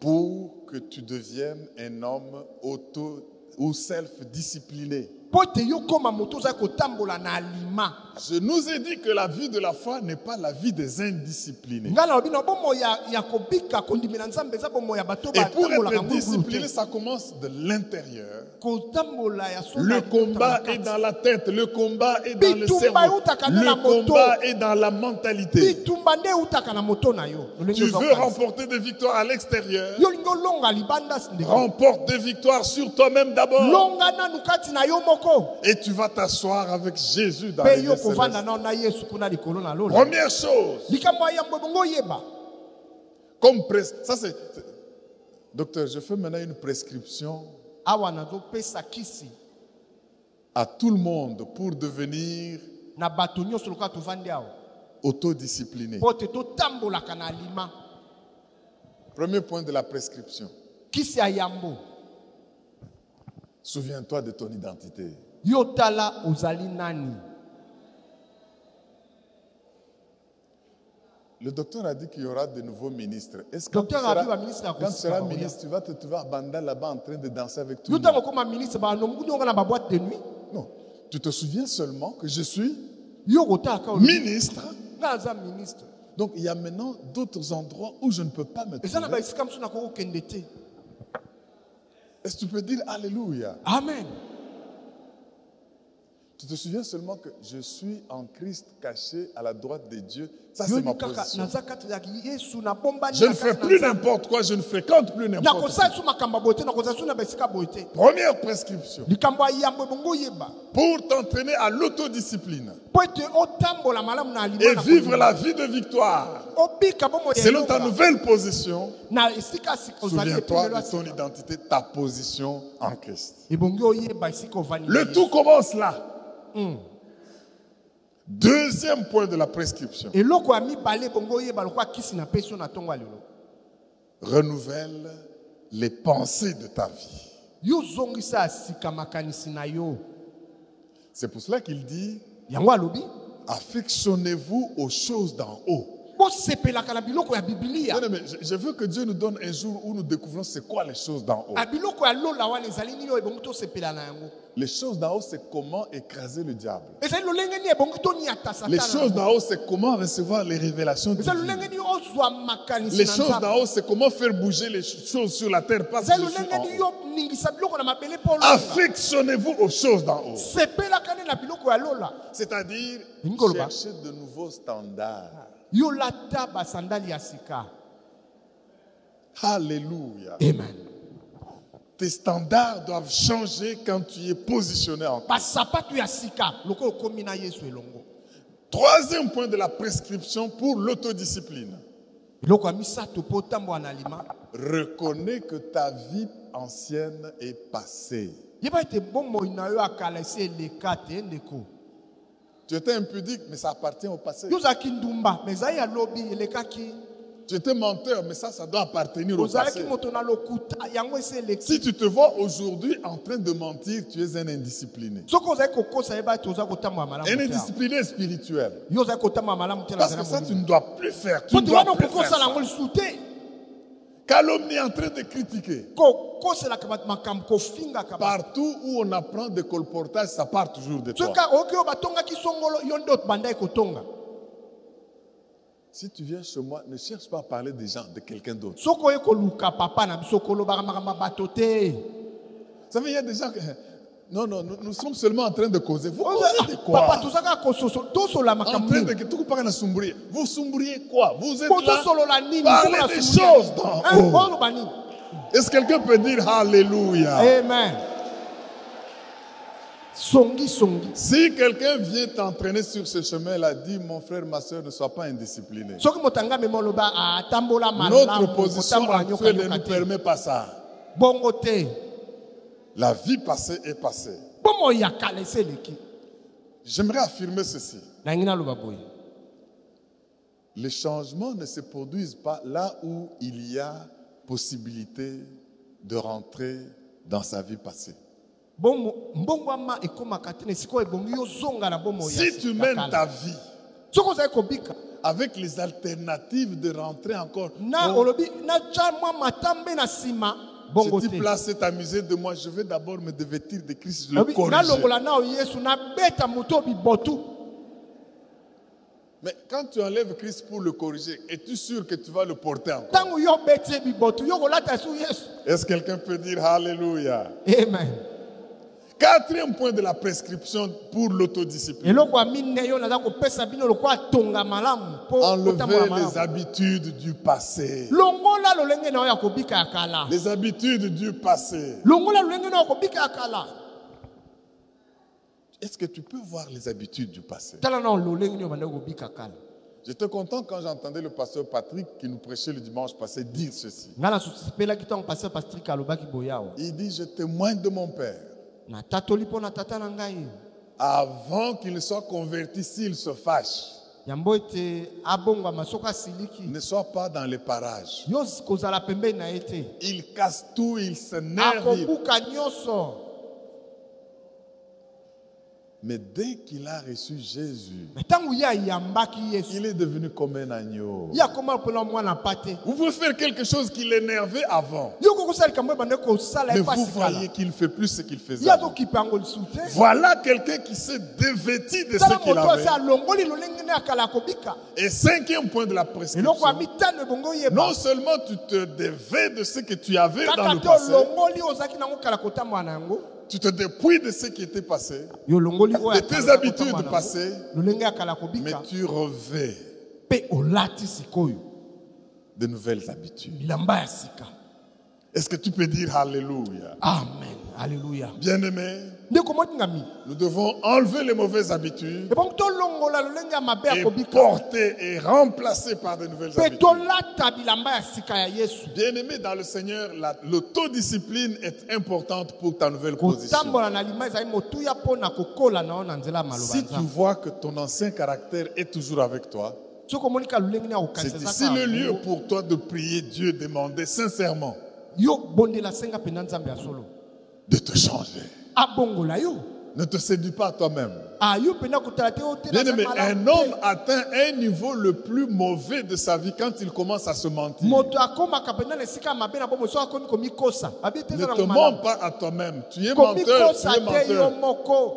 Speaker 1: pour que tu deviennes un homme auto ou self-discipliné.
Speaker 2: mpo ete yo koma moto ozali kotambola na alima
Speaker 1: Je nous ai dit que la vie de la foi n'est pas la vie des indisciplinés.
Speaker 2: ngai nalobi na bomoi ya, ya kobika kondimela nzambe eza bomoi ya bato
Speaker 1: Et pour être
Speaker 2: ngulungulu
Speaker 1: discipliné,
Speaker 2: te.
Speaker 1: ça commence de l'intérieur.
Speaker 2: kotambola ya solo
Speaker 1: Le
Speaker 2: ya kokota na
Speaker 1: combat
Speaker 2: kati.
Speaker 1: est dans la tête, le combat est dans le cerveau, le combat est dans la mentalité.
Speaker 2: bitumba nde eutaka na moto na yo Lolenge
Speaker 1: Tu
Speaker 2: oza
Speaker 1: veux
Speaker 2: kokanisa.
Speaker 1: remporter des victoires à l'extérieur,
Speaker 2: yo olingi olonga libanda ndeko
Speaker 1: remporte des victoires sur toi-même d'abord.
Speaker 2: longa nanu kati na yo moko
Speaker 1: Et tu vas t'asseoir avec Jésus dans les
Speaker 2: mpe
Speaker 1: lieux
Speaker 2: yo kovanda
Speaker 1: célestes.
Speaker 2: nao na yesu kuna likolo na lola
Speaker 1: Première chose,
Speaker 2: likambo ya yambo ebongo oyeba
Speaker 1: comme pres... ça c'est. c'est- Docteur, je fais maintenant une prescription
Speaker 2: awa nazopesa kisi
Speaker 1: à tout le monde pour devenir
Speaker 2: na bato nyonso lokola tovandi awa
Speaker 1: autodiscipliné.
Speaker 2: mpo te totambolaka na alima
Speaker 1: Premier point de la prescription.
Speaker 2: kisi ya yambo
Speaker 1: Souviens-toi de ton identité.
Speaker 2: yo tala ozali nani
Speaker 1: Le docteur a dit qu'il y aura de nouveaux ministres. Est-ce que
Speaker 2: Docteur
Speaker 1: tu
Speaker 2: a
Speaker 1: seras-
Speaker 2: dit, bah, ministre, à
Speaker 1: quand tu
Speaker 2: cause-
Speaker 1: seras
Speaker 2: bah, oui.
Speaker 1: ministre, tu vas te trouver à Banda là-bas en train de danser avec tout
Speaker 2: yo
Speaker 1: le
Speaker 2: ntango
Speaker 1: monde
Speaker 2: okoma ministre banomukundi onga na baboite de nuit
Speaker 1: Non, tu te souviens seulement que je suis
Speaker 2: yo kotalaka oyo.
Speaker 1: ministre.
Speaker 2: nga aza ministre
Speaker 1: Donc il y a maintenant d'autres endroits où je ne peux pas me
Speaker 2: eza na
Speaker 1: trouver.
Speaker 2: baesika mosusu nakoki kokende te
Speaker 1: Est-ce que tu peux dire Alléluia
Speaker 2: amen
Speaker 1: Tu te souviens seulement que je suis en Christ caché à la droite de Dieu. Ça, c'est ma
Speaker 2: yoni kaka
Speaker 1: position.
Speaker 2: naza kati ya yesu nabombani
Speaker 1: Je ne
Speaker 2: na
Speaker 1: fais
Speaker 2: kati na
Speaker 1: plus
Speaker 2: Nzambe.
Speaker 1: n'importe quoi, je ne fréquente plus n'importe quoi.
Speaker 2: nakosala so makambo ya boye te nakozala so na baesika boye te
Speaker 1: Première prescription,
Speaker 2: likambo ya yambo ebongo oyeba
Speaker 1: pour t'entraîner à l'autodiscipline
Speaker 2: mpo ete otambola malamu na alima
Speaker 1: et
Speaker 2: na
Speaker 1: vivre
Speaker 2: kolinga.
Speaker 1: la vie de victoire
Speaker 2: obika bomoi ya
Speaker 1: selon ta
Speaker 2: elonga.
Speaker 1: nouvelle position,
Speaker 2: na esika sika ozali
Speaker 1: souviens-toi
Speaker 2: epemelo ya
Speaker 1: de ton
Speaker 2: sika.
Speaker 1: identité, ta position en Christ.
Speaker 2: ebongi oyeba esika ovandi na
Speaker 1: Le
Speaker 2: Yesu.
Speaker 1: tout commence là. Deuxième point de la prescription,
Speaker 2: eloko ya mibale ebongi oyeba lokola kisi na peso na ntongo ya lelo
Speaker 1: renouvelle les pensées de ta vie.
Speaker 2: yo ozongisa ya sika makanisi na yo
Speaker 1: C'est pour cela qu'il dit
Speaker 2: yango alobi
Speaker 1: Affectionnez-vous aux choses d'en haut.
Speaker 2: bosepelaka na biloko ya bibilia
Speaker 1: Non, non, mais je, je veux que Dieu nous donne un jour où nous découvrons c'est quoi les choses d'en haut.
Speaker 2: na biloko ya lola wana ezali nini oyo ebongi tosepela na yango
Speaker 1: Les choses d'en haut, c'est comment écraser le diable.
Speaker 2: ezali lolenge nini ebongi toniata
Speaker 1: Les
Speaker 2: satana
Speaker 1: choses d'en haut, c'est comment recevoir les révélations
Speaker 2: ezali
Speaker 1: divines.
Speaker 2: lolenge nini ozwa makanisi
Speaker 1: Les
Speaker 2: na
Speaker 1: choses
Speaker 2: nzambe
Speaker 1: d'en haut, c'est comment faire bouger les choses sur la terre parce que
Speaker 2: ezali
Speaker 1: je suis
Speaker 2: lolenge
Speaker 1: en
Speaker 2: nini
Speaker 1: haut.
Speaker 2: yo ningisa biloko na mabele mpo lola
Speaker 1: Affectionnez-vous aux choses d'en haut.
Speaker 2: sepelaka nde na biloko ya lola
Speaker 1: C'est-à-dire,
Speaker 2: Ngoloba.
Speaker 1: cherchez de nouveaux standards.
Speaker 2: yolata basandali ya sika
Speaker 1: Alléluia.
Speaker 2: amen
Speaker 1: Tes standards doivent changer quand tu es positionné en
Speaker 2: basapato ya sika lokola okomi na yesu elongo
Speaker 1: Troisième point de la prescription pour l'autodiscipline.
Speaker 2: biloko ya misato mpo otambola na alima
Speaker 1: Reconnais que ta vie ancienne est passée.
Speaker 2: yeba ete bomoi na yo ya kala esi eleka te ndeko
Speaker 1: Tu étais impudique, mais ça appartient au passé.
Speaker 2: yo ozalaki ndumba me ezali ya lobi elekaki
Speaker 1: Tu étais menteur, mais ça, ça doit appartenir au
Speaker 2: ozalaki
Speaker 1: passé.
Speaker 2: moto na lokuta yango esi eleki
Speaker 1: Si tu te vois aujourd'hui en train de mentir, tu es un indiscipliné.
Speaker 2: soki ozali kokosa yeba ete oza kotambola
Speaker 1: Un
Speaker 2: malamu te awa.
Speaker 1: indiscipliné spirituel.
Speaker 2: yo ozali kotambola malamu te na
Speaker 1: Parce
Speaker 2: nzela
Speaker 1: que ça, tu
Speaker 2: mobimba.
Speaker 1: ne dois plus faire. Tu ne
Speaker 2: po te
Speaker 1: dois
Speaker 2: wana
Speaker 1: plus faire
Speaker 2: okokosala yango
Speaker 1: ça.
Speaker 2: lisusu te
Speaker 1: Calomnie en train de critiquer.
Speaker 2: kokoselaka bato makambo kofingaka bato
Speaker 1: Partout où on apprend des colportages, ça part toujours de toi.
Speaker 2: soki oyoki oyo batongaki songolo yo nde bandai kotonga
Speaker 1: Si tu viens chez moi, ne cherche pas à parler des gens, de quelqu'un d'autre.
Speaker 2: soki oye koluka papa na biso kolobaka makambo ya bato te
Speaker 1: Vous savez, il y a des gens qui... Non, non, nous, nous sommes seulement en train de causer. Vous
Speaker 2: Ah,
Speaker 1: causez de
Speaker 2: papa
Speaker 1: quoi
Speaker 2: tozalaka kososo- tosola
Speaker 1: En
Speaker 2: makambo
Speaker 1: train
Speaker 2: nini
Speaker 1: de... Tout pas la sombrer. Vous sombriez quoi Vous êtes
Speaker 2: Po
Speaker 1: là
Speaker 2: tosolola nini
Speaker 1: Parlez
Speaker 2: Mpona
Speaker 1: des
Speaker 2: sungula.
Speaker 1: choses d'en
Speaker 2: Hein,
Speaker 1: haut.
Speaker 2: oloba nini
Speaker 1: Est-ce que quelqu'un peut dire
Speaker 2: Eh,
Speaker 1: Alléluia
Speaker 2: amen songi songi
Speaker 1: Si quelqu'un vient t'entraîner sur ce chemin-là, dis mon frère, ma soeur, ne sois pas indiscipliné.
Speaker 2: soki moto angamema oloba ah, atambola
Speaker 1: Notre
Speaker 2: malamu
Speaker 1: position
Speaker 2: kotambola
Speaker 1: actuelle ne
Speaker 2: nyokanyoka
Speaker 1: nous
Speaker 2: te
Speaker 1: permet pas ça.
Speaker 2: bongo te
Speaker 1: La vie passée est passée.
Speaker 2: mpo moi ya kala esi eleki
Speaker 1: J'aimerais affirmer ceci.
Speaker 2: nangi naloba boye
Speaker 1: Les changements ne se produisent pas là où il y a possibilité de rentrer dans sa vie passée.
Speaker 2: Bomo- mbongwama ekomaka te na esika oyo ebongi yozonga na bomoi
Speaker 1: Si tu mènes ta vie
Speaker 2: soki ozali kobika
Speaker 1: avec les alternatives de rentrer encore,
Speaker 2: na
Speaker 1: oh,
Speaker 2: olobi natya mwa matambe na nsima bongo
Speaker 1: ce
Speaker 2: te
Speaker 1: type-là s'est amusé de moi, je vais d'abord me revêtir de Christ, je Ah le
Speaker 2: Olobi,
Speaker 1: corrige.
Speaker 2: nalongola nao yesu nabeta moto oyo bibotu
Speaker 1: Mais quand tu enlèves Christ pour le corriger, es-tu sûr que tu vas le porter encore
Speaker 2: ntango yo beti ye bibotu yo kolata su yesu
Speaker 1: Est-ce que quelqu'un peut dire Alléluia
Speaker 2: amen
Speaker 1: Quatrième point de la prescription pour l'autodiscipline.
Speaker 2: eloko ya mine yo naza kopesa bino lokola tonga malamu mpo
Speaker 1: Enlever
Speaker 2: kotambola
Speaker 1: les
Speaker 2: malamu
Speaker 1: habitudes du passé.
Speaker 2: longola lolenge na yo ya kobika ya kala
Speaker 1: Les habitudes du passé.
Speaker 2: longola lolenge na yo ya kobika ya kala
Speaker 1: Est-ce que tu peux voir les habitudes du passé
Speaker 2: tala nao lolenge nio bandaki kobika kala
Speaker 1: J'étais content quand j'entendais le pasteur Patrick qui nous prêchait le dimanche passé dire ceci.
Speaker 2: ngai nasusipelaki ntango paster pastrik alobaki boye awa
Speaker 1: Il dit, je témoigne de mon père
Speaker 2: natatoli mpo na tata na ngai
Speaker 1: Avant qu'il ne soit converti, s'il se fâche,
Speaker 2: yambo ete abongwama soki asiliki
Speaker 1: ne soit pas dans les parages.
Speaker 2: yo kozala pembeni na ye te
Speaker 1: Il casse tout, il s'énerve. il-
Speaker 2: akobuka nyonso
Speaker 1: Mais dès qu'il a reçu Jésus,
Speaker 2: me ntango ye ayambaki yesu
Speaker 1: il est devenu comme un agneau.
Speaker 2: ye akoma lokola mwana pa te
Speaker 1: Vous pouvez faire quelque chose qui l'énervait avant.
Speaker 2: yo kokosala likambo oyo ebande kosala
Speaker 1: Mais
Speaker 2: ye
Speaker 1: vous
Speaker 2: pasi
Speaker 1: voyez
Speaker 2: kala
Speaker 1: qu'il ne fait plus ce qu'il faisait.
Speaker 2: ye
Speaker 1: avant.
Speaker 2: akokipa yango lisu te
Speaker 1: Voilà quelqu'un qui s'est dévêti de
Speaker 2: tala
Speaker 1: ce qu'il
Speaker 2: moto asi
Speaker 1: avait.
Speaker 2: alongoli lolenge ne akala akobika
Speaker 1: Et cinquième point de la
Speaker 2: eloko ya
Speaker 1: prescription.
Speaker 2: mitano ebongo
Speaker 1: Non
Speaker 2: oyeba
Speaker 1: seulement tu te dévais de ce que tu avais dans
Speaker 2: kaka
Speaker 1: le
Speaker 2: te
Speaker 1: passé,
Speaker 2: olongoli ozalaki nango kala kotambola na yango
Speaker 1: tu te dépouilles de ce qui était passé,
Speaker 2: yo olongoli
Speaker 1: De
Speaker 2: oyo
Speaker 1: tes
Speaker 2: akala
Speaker 1: habitudes
Speaker 2: kotambola na
Speaker 1: passées.
Speaker 2: yango, lolenge akala
Speaker 1: mais
Speaker 2: kobika
Speaker 1: tu revais
Speaker 2: mpe olati sikoyo
Speaker 1: de nouvelles habitudes.
Speaker 2: bilamba ya sika
Speaker 1: Est-ce que tu peux dire Alléluia
Speaker 2: amen alleluya
Speaker 1: Bien-aimés,
Speaker 2: nde komotingami
Speaker 1: nous devons enlever les mauvaises habitudes
Speaker 2: ebongo tolongola lolenge ya mabe
Speaker 1: et
Speaker 2: akobika
Speaker 1: porter et remplacer par de nouvelles
Speaker 2: mpe
Speaker 1: habitudes.
Speaker 2: tolata bilamba ya sika ya yesu
Speaker 1: Bien-aimé dans le Seigneur, la- l'autodiscipline est importante pour ta nouvelle position.
Speaker 2: kotambola na lima ezali motuya mpo na kokola na yo na nzela ya maloba
Speaker 1: Si tu
Speaker 2: nzambe
Speaker 1: vois que ton ancien caractère est toujours avec toi,
Speaker 2: soki omonika lolenge nini
Speaker 1: c'est
Speaker 2: akokanisa
Speaker 1: ici
Speaker 2: ezaka
Speaker 1: le lieu
Speaker 2: yango,
Speaker 1: pour toi de prier Dieu, demander sincèrement
Speaker 2: yo bondela senga mpena nzambe ya solo
Speaker 1: de te changer.
Speaker 2: abongola yo
Speaker 1: Ne te séduis pas à toi-même.
Speaker 2: ah, yo mpena kotala te oyo te
Speaker 1: Bien
Speaker 2: naza
Speaker 1: aimé,
Speaker 2: malamu
Speaker 1: un
Speaker 2: te.
Speaker 1: homme atteint un niveau le plus mauvais de sa vie quand il commence à se mentir.
Speaker 2: moto akomaka mpena na esika ya mabe na bomo soki akomi komikosa babi te
Speaker 1: Ne
Speaker 2: eza
Speaker 1: te
Speaker 2: nango
Speaker 1: mens
Speaker 2: malamu
Speaker 1: pas à toi-même. Tu es menteur, tu
Speaker 2: komikosa
Speaker 1: es
Speaker 2: te yo
Speaker 1: menteur.
Speaker 2: moko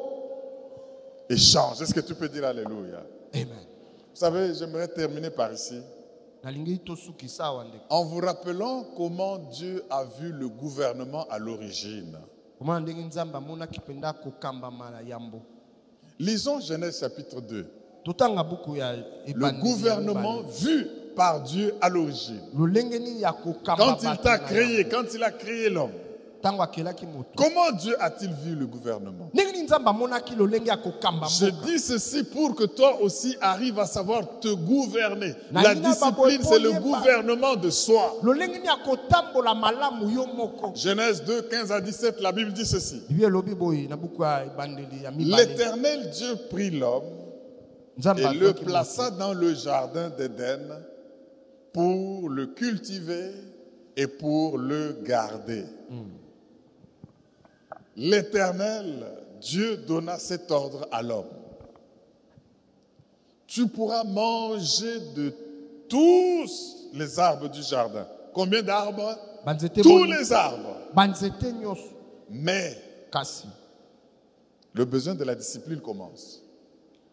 Speaker 1: Et change. Est-ce que tu peux dire Alléluia
Speaker 2: amen
Speaker 1: Vous savez, j'aimerais terminer par ici
Speaker 2: nalingi tosukisa awa ndeko
Speaker 1: en vous rappelant comment Dieu a vu le gouvernement à l'origine.
Speaker 2: komona ndenge nzambe amonaki mpenda kokambama na yambo
Speaker 1: Lisons Genèse chapitre 2.
Speaker 2: totanga buku ya
Speaker 1: Le
Speaker 2: Ebandeli ya
Speaker 1: gouvernement
Speaker 2: mibale.
Speaker 1: vu par Dieu à l'origine.
Speaker 2: lolenge nini ya kokamba
Speaker 1: Quand il
Speaker 2: bato
Speaker 1: t'a
Speaker 2: na
Speaker 1: créé,
Speaker 2: yango.
Speaker 1: quand il a créé l'homme,
Speaker 2: ntango akelaki moto
Speaker 1: comment Dieu a-t-il vu le gouvernement
Speaker 2: ndenge nini nzambe amonaki lolenge ya kokamba
Speaker 1: Je
Speaker 2: mboka
Speaker 1: dis ceci pour que toi aussi arrives à savoir te gouverner.
Speaker 2: Na
Speaker 1: La
Speaker 2: ina
Speaker 1: discipline, c'est le
Speaker 2: baboye ba-
Speaker 1: gouvernement de soi.
Speaker 2: lolenge nini ya kotambola malamu yo moko
Speaker 1: Genèse 2, 15 à 17, la Bible dit ceci.
Speaker 2: bibi elobi boye na buku ya ebandeli ya mibale
Speaker 1: L'éternel Dieu prit l'homme
Speaker 2: nzambe
Speaker 1: et le
Speaker 2: atoki moto.
Speaker 1: plaça dans le jardin d'Éden pour le cultiver et pour le garder. L'Éternel, Dieu donna cet ordre à l'homme. Tu pourras manger de tous les arbres du jardin. Combien d'arbres
Speaker 2: banzete
Speaker 1: Tous
Speaker 2: boni-
Speaker 1: les arbres.
Speaker 2: banzete nyonso
Speaker 1: Mais
Speaker 2: kasi
Speaker 1: le besoin de la discipline commence.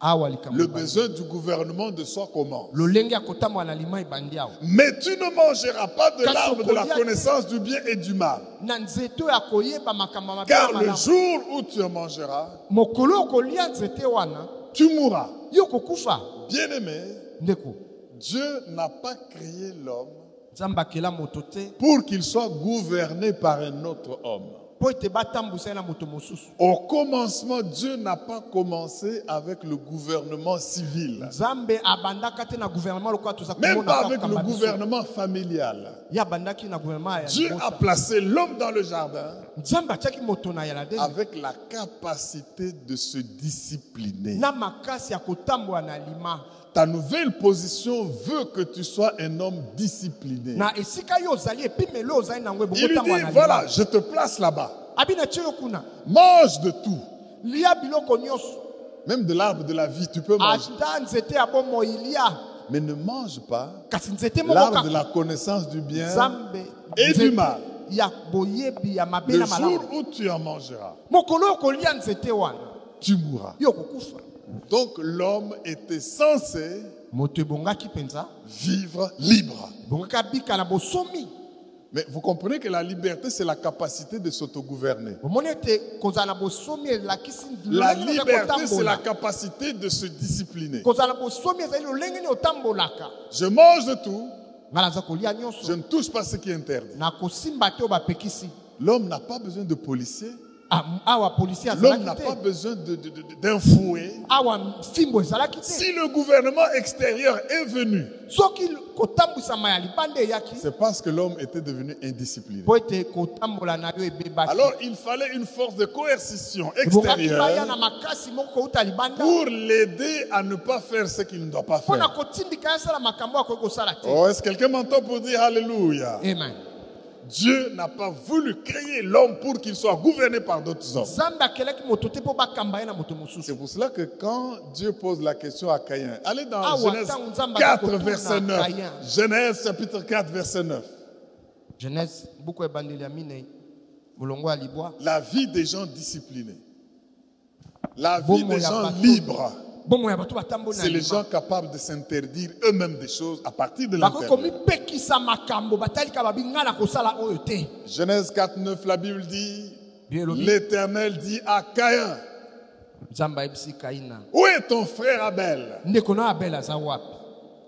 Speaker 2: awa likambo
Speaker 1: Le
Speaker 2: ebandi.
Speaker 1: besoin du gouvernement de soi commence.
Speaker 2: lolenge ya kotambola na lima ebandi awa
Speaker 1: Mais tu ne mangeras pas de
Speaker 2: Car
Speaker 1: l'arbre
Speaker 2: son
Speaker 1: de la
Speaker 2: produit a-
Speaker 1: connaissance du bien et du mal.
Speaker 2: na nzete oyo akoyeba makambo ya mabe na
Speaker 1: Car le
Speaker 2: malamu.
Speaker 1: jour où tu en mangeras,
Speaker 2: mokolo oyo okolia nzete wana
Speaker 1: tu mourras.
Speaker 2: yo kokufa
Speaker 1: Bien-aimé,
Speaker 2: ndeko
Speaker 1: Dieu n'a pas créé l'homme
Speaker 2: nzambe akela moto te
Speaker 1: pour qu'il soit gouverné par un autre homme.
Speaker 2: mpo ete batambusa ye na moto mosusu
Speaker 1: Au commencement, Dieu n'a pas commencé avec le gouvernement civil,
Speaker 2: nzambe abandaka te na gouvernement lokola toza
Speaker 1: même
Speaker 2: komona
Speaker 1: pas
Speaker 2: kaka
Speaker 1: avec le
Speaker 2: makambo ya biso.
Speaker 1: gouvernement familial.
Speaker 2: ye abandaki na gouvernement ya
Speaker 1: Dieu a
Speaker 2: liboso.
Speaker 1: placé l'homme dans le jardin
Speaker 2: nzambe atiaki moto na yala de
Speaker 1: avec la capacité de se discipliner.
Speaker 2: na makasi ya kotambola na lima
Speaker 1: Ta nouvelle position veut que tu sois un homme discipliné.
Speaker 2: na esika yo ozali epimeli oyo ozali na yango
Speaker 1: Il lui
Speaker 2: ebokotambola
Speaker 1: dit,
Speaker 2: na
Speaker 1: voilà,
Speaker 2: lima
Speaker 1: je te place là-bas.
Speaker 2: abi na tie yo kuna
Speaker 1: Mange de tout,
Speaker 2: lia biloko nyonso
Speaker 1: même de l'arbre de la vie, tu peux manger.
Speaker 2: ata nzete ya bomoi lia
Speaker 1: Mais ne mange pas
Speaker 2: kasi nzete moko
Speaker 1: l'arbre de la
Speaker 2: kaka
Speaker 1: connaissance du bien.
Speaker 2: nzambe
Speaker 1: Et du
Speaker 2: nzete
Speaker 1: mal.
Speaker 2: ya boyebi ya mabe
Speaker 1: Le
Speaker 2: na malamu
Speaker 1: jour où tu en mangeras,
Speaker 2: mokolo oyo okolia nzete wana
Speaker 1: tu mourras.
Speaker 2: yo okokufa
Speaker 1: Donc l'homme était censé
Speaker 2: moto ebongaki mpenza
Speaker 1: vivre libre.
Speaker 2: ebongaki abika na bosomi
Speaker 1: Mais vous comprenez que la liberté, c'est la capacité de s'autogouverner.
Speaker 2: omoni ete kozala na bosomi elakisi
Speaker 1: La
Speaker 2: lolenge nini
Speaker 1: liberté, c'est la
Speaker 2: otambola.
Speaker 1: capacité de se discipliner.
Speaker 2: kozala na bosomi ezali lolenge nini otambolaka
Speaker 1: Je mange de tout,
Speaker 2: ngai naza kolia
Speaker 1: je
Speaker 2: nyonso
Speaker 1: ne touche pas ce qui est interdit.
Speaker 2: nakosimba te oyo bapekisi
Speaker 1: L'homme n'a pas besoin de policiers,
Speaker 2: Ah, awa polisi
Speaker 1: L'homme
Speaker 2: azalaki
Speaker 1: n'a pas
Speaker 2: te
Speaker 1: besoin de- de- de- de- d'un fouet.
Speaker 2: awa mfimbo ezalaki te
Speaker 1: Si le gouvernement extérieur est venu,
Speaker 2: soki kotambwisama ya libanda eyaki
Speaker 1: c'est parce que l'homme était devenu indiscipliné.
Speaker 2: po ete kotambola na yo ebebaki
Speaker 1: Alors il fallait une force de coercition
Speaker 2: ebongaki baya na
Speaker 1: extérieure
Speaker 2: makasi moko kouta libanda
Speaker 1: pour l'aider à ne pas faire ce qu'il ne doit pas
Speaker 2: mpo na
Speaker 1: faire.
Speaker 2: kotindika ya sala makambo akoki kosala te
Speaker 1: Oh, est-ce que quelqu'un m'entend pour dire Alléluia
Speaker 2: amen
Speaker 1: Dieu n'a pas voulu créer l'homme pour qu'il soit gouverné par d'autres hommes.
Speaker 2: nzambe akelaki moto te mpo bakamba ye na moto mosusu
Speaker 1: C'est pour cela que quand Dieu pose la question à Caïn, allez dans
Speaker 2: Ah,
Speaker 1: Genèse
Speaker 2: ouais, attends,
Speaker 1: 4,
Speaker 2: Nzamba,
Speaker 1: verset
Speaker 2: retourne à
Speaker 1: 9.
Speaker 2: Caïn.
Speaker 1: Genèse chapitre 4, verset 9.
Speaker 2: genèse buku ebandeli ya minei bolongo ya libwa
Speaker 1: La vie des gens disciplinés, la
Speaker 2: Bon,
Speaker 1: vie
Speaker 2: mon
Speaker 1: des gens
Speaker 2: Yabato.
Speaker 1: libres,
Speaker 2: bomoi ya bato batambo na
Speaker 1: c'est les gens
Speaker 2: alima
Speaker 1: capables de s'interdire eux-mêmes des choses à partir de
Speaker 2: bakoki
Speaker 1: l'intérieur.
Speaker 2: komipekisa makambo batalika babi nga na kosala oyo te
Speaker 1: Genèse 4, 9, la Bible dit
Speaker 2: Bien, Elohim.
Speaker 1: L'Éternel dit à Caïn
Speaker 2: nzambe ayebisi kaina
Speaker 1: Où est ton frère Abel
Speaker 2: ndeko na abel aza wapi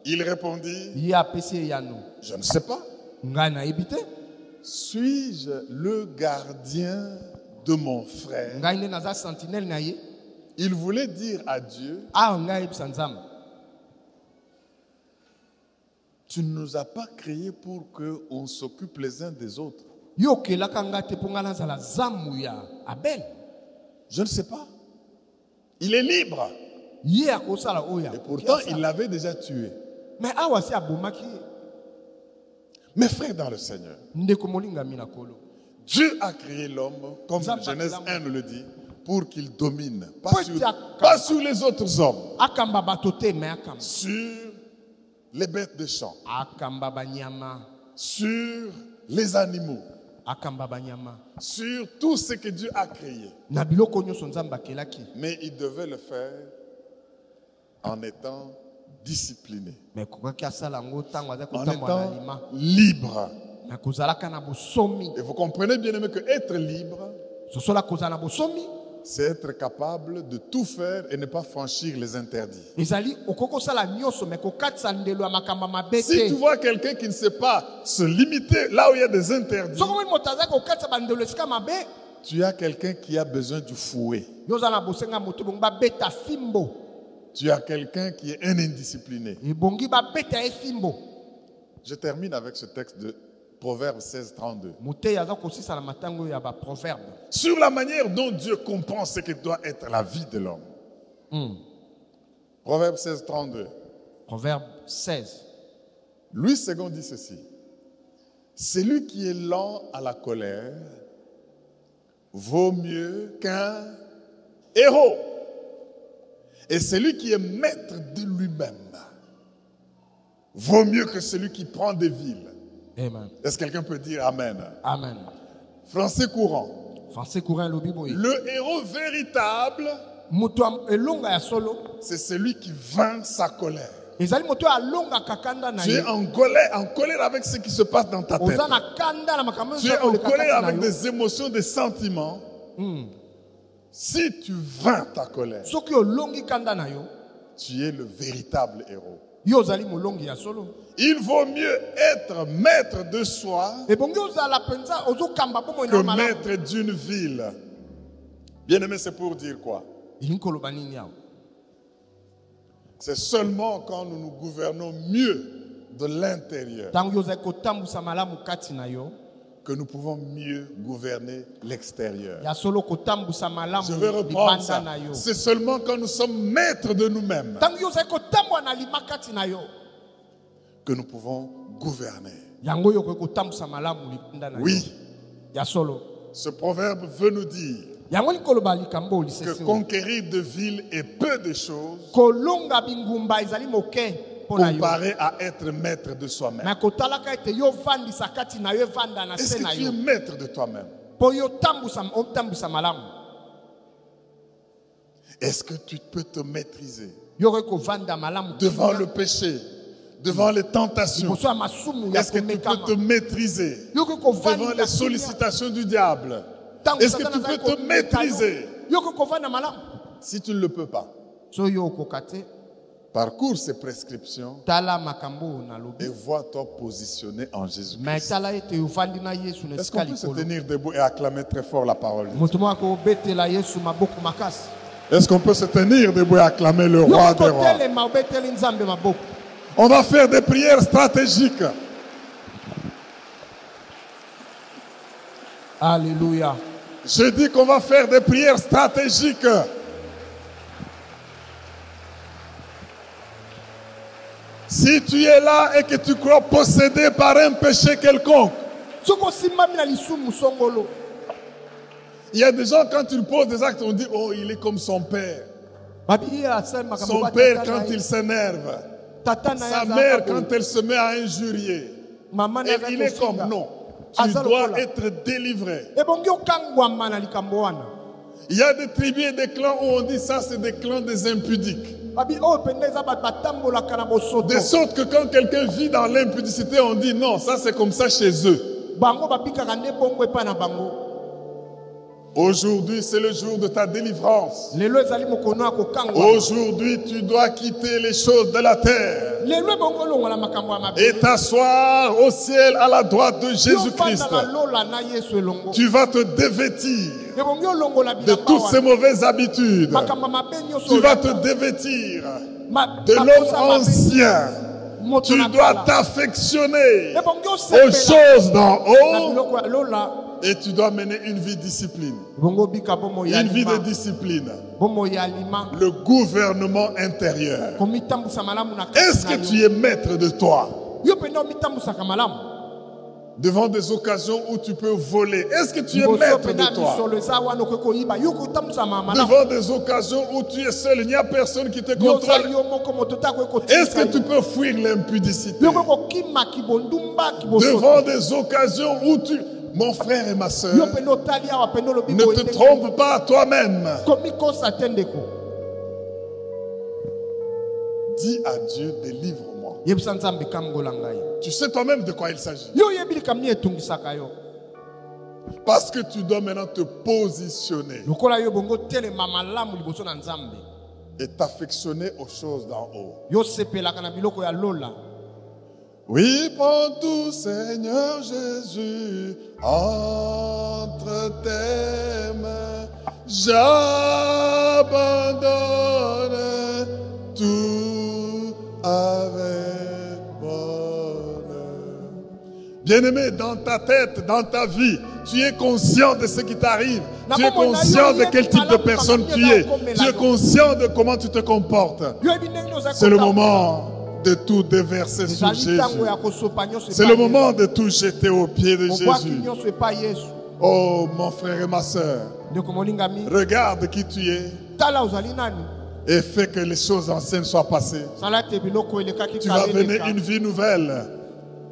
Speaker 1: Il répondit
Speaker 2: ye apesi ye yano
Speaker 1: Je ne sais pas.
Speaker 2: ngai nayebi te
Speaker 1: Suis-je le gardien de mon frère
Speaker 2: ngai nde naza sentinele na ye
Speaker 1: Il voulait dire à Dieu
Speaker 2: awa ngai ayebisa nzambe
Speaker 1: Tu ne nous as pas créés pour qu'on s'occupe les uns des autres.
Speaker 2: yo okelaka ngai te mpo ngai nazala zamu ya abel
Speaker 1: Je ne sais pas. Il est libre.
Speaker 2: ye akosala oyo
Speaker 1: Et
Speaker 2: akoki
Speaker 1: pourtant,
Speaker 2: asala.
Speaker 1: il l'avait déjà tué.
Speaker 2: me awa si abomaki ye
Speaker 1: Mes frères dans le Seigneur,
Speaker 2: ndeko molingami na kolo
Speaker 1: Dieu a créé l'homme, comme
Speaker 2: Nous avons
Speaker 1: Genèse
Speaker 2: pas
Speaker 1: 1 nous le dit, pour qu'il domine,
Speaker 2: Pour
Speaker 1: pas sur,
Speaker 2: être-
Speaker 1: pas sur les autres hommes,
Speaker 2: akamba bato te me akamba
Speaker 1: sur les bêtes de champ,
Speaker 2: akamba banyama
Speaker 1: sur les animaux,
Speaker 2: akamba banyama
Speaker 1: sur tout ce que Dieu a créé.
Speaker 2: na biloko nyonso nzambe akelaki
Speaker 1: Mais il devait le faire en étant discipliné,
Speaker 2: me ekokaki asala yango ntango aza
Speaker 1: en
Speaker 2: kotambola na
Speaker 1: étant
Speaker 2: lima
Speaker 1: libre.
Speaker 2: me kozalaka na bosomi
Speaker 1: Et vous comprenez bien aimé que être libre,
Speaker 2: sosola kozala na bosomi
Speaker 1: c'est être capable de tout faire et ne pas franchir les interdits.
Speaker 2: ezali okoki kosala nyonso me kokatisa ndelo ya makambo ya mabe
Speaker 1: Si tu
Speaker 2: te
Speaker 1: vois quelqu'un qui ne sait pas se limiter là où il y a des interdits,
Speaker 2: soki omoni moto azali kokatisa bandelo esika mabe
Speaker 1: tu as quelqu'un qui a besoin du fouet.
Speaker 2: yo oza na bosenga moto ebongi babeta fimbo
Speaker 1: Tu as quelqu'un qui est un indiscipliné.
Speaker 2: ebongi babeta ye fimbo
Speaker 1: Je termine avec ce texte de Proverbe 16, 32.
Speaker 2: moteyi aza kosisa na matango oyo ya baproverbe
Speaker 1: Sur la manière dont Dieu comprend ce que doit être la vie de l'homme. Proverbe 16, 32.
Speaker 2: proverbe 16
Speaker 1: Louis II dit ceci. Celui qui est lent à la colère vaut mieux qu'un héros. Et celui qui est maître de lui-même vaut mieux que celui qui prend des villes.
Speaker 2: amen
Speaker 1: Est-ce que quelqu'un peut dire Amen
Speaker 2: amen
Speaker 1: Français courant.
Speaker 2: français courant elobi boye
Speaker 1: Le héros véritable,
Speaker 2: moto ya- elonga ya solo
Speaker 1: c'est celui qui vainc sa colère.
Speaker 2: ezali moto oyo alongaka kanda na
Speaker 1: Tu es
Speaker 2: ye
Speaker 1: en colère, en colère avec ce qui se passe dans ta tête.
Speaker 2: oza na kanda na makambo
Speaker 1: tu
Speaker 2: nyonso
Speaker 1: es
Speaker 2: ya
Speaker 1: en
Speaker 2: koleka kati
Speaker 1: colère
Speaker 2: na
Speaker 1: avec
Speaker 2: yo
Speaker 1: des émotions, des sentiments, si tu vains ta colère,
Speaker 2: soki olongi kanda na yo
Speaker 1: tu es le véritable héros.
Speaker 2: yo ozali molongi ya solo
Speaker 1: Il vaut mieux être maître de soi
Speaker 2: ebongi ozala mpenza ozokamba bomoi
Speaker 1: que
Speaker 2: na malamu
Speaker 1: maître d'une ville. Bien-aimé, c'est pour dire quoi
Speaker 2: elingi koloba nini awa
Speaker 1: C'est seulement quand nous nous gouvernons mieux de l'intérieur
Speaker 2: ntango yo ozali kotambwisa malamu kati na yo
Speaker 1: que nous pouvons mieux gouverner l'extérieur.
Speaker 2: ya solo kotambwisa
Speaker 1: Je vais
Speaker 2: malamu
Speaker 1: reprendre
Speaker 2: libanda
Speaker 1: ça.
Speaker 2: na yo
Speaker 1: C'est seulement quand nous sommes maîtres de nous-mêmes
Speaker 2: ntango yo ozali kotambwa na lima kati na yo
Speaker 1: que nous pouvons gouverner.
Speaker 2: yango oyo okoki kotambwisa malamu libanda na yo
Speaker 1: Oui,
Speaker 2: ya solo
Speaker 1: ce proverbe veut nous dire
Speaker 2: yango elingi koloba likambo oyo
Speaker 1: que
Speaker 2: lisesi
Speaker 1: conquérir de villes est peu de choses
Speaker 2: kolonga bingumba ezali moke mpo na yo
Speaker 1: comparé à être maître de soi-même.
Speaker 2: me kotalaka ete yo ovandisa kati na yo evanda na
Speaker 1: Est-ce
Speaker 2: se na
Speaker 1: que tu es
Speaker 2: yo
Speaker 1: maître de toi-même
Speaker 2: mpo yo otambwisa- otambwisa malamu
Speaker 1: Est-ce que tu peux te maîtriser
Speaker 2: yo okoki kovanda malamu
Speaker 1: devant le péché, devant les tentations
Speaker 2: liboso ya masumu ya
Speaker 1: Est-ce que tu peux te
Speaker 2: komekama
Speaker 1: maîtriser
Speaker 2: yo okoki
Speaker 1: devant
Speaker 2: kovanda
Speaker 1: les
Speaker 2: kimia.
Speaker 1: sollicitations du diable
Speaker 2: Ntango
Speaker 1: Est-ce que
Speaker 2: Satan
Speaker 1: tu
Speaker 2: azali
Speaker 1: peux te
Speaker 2: komeka yo,
Speaker 1: maîtriser
Speaker 2: yo okoki kovanda malamu
Speaker 1: Si tu ne le peux pas,
Speaker 2: so yo okoka te
Speaker 1: Parcours ces prescriptions
Speaker 2: tala makambo oyo nalobi
Speaker 1: et vois-toi positionné en
Speaker 2: me
Speaker 1: Jésus-Christ.
Speaker 2: tala ete ofandi na yesu na
Speaker 1: Est-ce
Speaker 2: esika
Speaker 1: qu'on peut se
Speaker 2: likolo
Speaker 1: tenir debout et acclamer très fort la parole de Dieu?
Speaker 2: moto moko akobetela yesu maboko makasi
Speaker 1: Est-ce qu'on peut se tenir debout et acclamer le
Speaker 2: yo
Speaker 1: roi des rois
Speaker 2: kotelema obeteli nzambe maboko
Speaker 1: On va faire des prières stratégiques.
Speaker 2: alléluia
Speaker 1: J'ai dit qu'on va faire des prières stratégiques. Si tu es là et que tu crois possédé par un péché quelconque,
Speaker 2: soki osimbami na lisumu songolo
Speaker 1: il y a des gens quand ils posent des actes, on dit, oh, il est comme son père.
Speaker 2: babi ye asalemaka
Speaker 1: Son père quand il s'énerve.
Speaker 2: tata na ye
Speaker 1: Sa
Speaker 2: azalaka
Speaker 1: mère
Speaker 2: boye.
Speaker 1: quand elle se met à injurier.
Speaker 2: mama na
Speaker 1: Et
Speaker 2: ye
Speaker 1: il
Speaker 2: azalaki
Speaker 1: est comme,
Speaker 2: kosenga.
Speaker 1: non, tu
Speaker 2: Aza
Speaker 1: dois
Speaker 2: lokola.
Speaker 1: être délivré.
Speaker 2: ebongi okangwama na likambo wana
Speaker 1: Il y a des tribus et des clans où on dit ça, c'est des clans des impudiques.
Speaker 2: babi oyo mpenza eza bato batambolaka na bosoto
Speaker 1: De sorte que quand quelqu'un vit dans l'impudicité, on dit non, ça c'est comme ça chez eux.
Speaker 2: bango babikaka nde bongo epai na bango
Speaker 1: Aujourd'hui, c'est le jour de ta délivrance.
Speaker 2: lelo ezali mokono ya
Speaker 1: Oh.
Speaker 2: kokangwama
Speaker 1: Aujourd'hui, tu dois quitter les choses de la terre
Speaker 2: lelo ebongo olongola makambo ya mabe
Speaker 1: et t'asseoir au ciel à la droite de Jésus-Christ.
Speaker 2: Yofanda na lola na yesu elongo
Speaker 1: Tu vas te dévêtir
Speaker 2: ebongi olongola
Speaker 1: de
Speaker 2: bilamba
Speaker 1: toutes ces
Speaker 2: wana
Speaker 1: mauvaises habitudes.
Speaker 2: makambo ya mabe nyonso
Speaker 1: Tu vas
Speaker 2: oyo-
Speaker 1: te dévêtir
Speaker 2: ma-
Speaker 1: de
Speaker 2: makosa
Speaker 1: l'homme
Speaker 2: ya mabe,
Speaker 1: ancien.
Speaker 2: moto
Speaker 1: Tu
Speaker 2: na
Speaker 1: dois
Speaker 2: kala.
Speaker 1: t'affectionner
Speaker 2: ebongi
Speaker 1: aux
Speaker 2: osepela
Speaker 1: choses d'en
Speaker 2: na
Speaker 1: haut
Speaker 2: biloko ya lola
Speaker 1: et tu dois mener une vie discipline.
Speaker 2: ebongi obika bomoi ya
Speaker 1: Une vie de
Speaker 2: lima
Speaker 1: discipline.
Speaker 2: bomoi ya lima
Speaker 1: Le gouvernement intérieur.
Speaker 2: komitambusa malamu na
Speaker 1: Est-ce que
Speaker 2: na
Speaker 1: tu es maître de toi
Speaker 2: yo mpenza omitambusaka malamu
Speaker 1: devant des occasions où tu peux voler Est-ce que tu es
Speaker 2: liboso
Speaker 1: maître
Speaker 2: mpena
Speaker 1: de toi
Speaker 2: misolo eza wana okoki koyiba yo kotambusa mamana
Speaker 1: Devant des occasions où tu es seul, il n'y a personne qui te
Speaker 2: yoza
Speaker 1: contrôle.
Speaker 2: yo moko moto ta koki
Speaker 1: Est-ce que
Speaker 2: kotikisa
Speaker 1: tu
Speaker 2: yo
Speaker 1: peux fuir l'impudicité
Speaker 2: Yo okoki kokima kibondumba
Speaker 1: Devant
Speaker 2: kibosoto
Speaker 1: des occasions où tu... Mon frère et ma
Speaker 2: yo
Speaker 1: soeur,
Speaker 2: mpena otali awa mpena olobi
Speaker 1: ne
Speaker 2: boye
Speaker 1: te
Speaker 2: nde-
Speaker 1: trompe pas toi-même.
Speaker 2: komikosa te ndeko
Speaker 1: Dis à Dieu, délivre-moi.
Speaker 2: yebisa nzambe kambola ngai
Speaker 1: Tu sais toi-même de quoi il s'agit.
Speaker 2: yo oyebi likambo nini etungisaka yo
Speaker 1: Parce que tu dois maintenant te positionner
Speaker 2: lokola yo bongo telema malamu liboso na nzambe
Speaker 1: et t'affectionner aux choses d'en haut.
Speaker 2: yosepelaka na biloko ya lola
Speaker 1: Oui, prends tout, Seigneur Jésus, entre tes mains, j'abandonne tout avec bonheur. Bien-aimé, dans ta tête, dans ta vie, tu es conscient de ce qui t'arrive. Tu es conscient de quel type de personne tu es. Tu es conscient de comment tu te comportes.
Speaker 2: yoyebi ndenge oza
Speaker 1: C'est le
Speaker 2: kota-
Speaker 1: moment de tout déverser sur
Speaker 2: ezali
Speaker 1: Jésus.
Speaker 2: ntango ya kosopa nyonso
Speaker 1: C'est le
Speaker 2: epai
Speaker 1: moment de tout jeter aux pieds de
Speaker 2: Yesu. obwaki
Speaker 1: Jésus.
Speaker 2: nyonso epai yesu
Speaker 1: Oh, mon frère et ma sœur,
Speaker 2: ndeko molingami
Speaker 1: regarde qui tu es
Speaker 2: tala ozali nani
Speaker 1: et fais que les choses anciennes soient passées.
Speaker 2: sala ete biloko elekaki
Speaker 1: Tu vas
Speaker 2: kala
Speaker 1: mener
Speaker 2: eleka.
Speaker 1: une vie nouvelle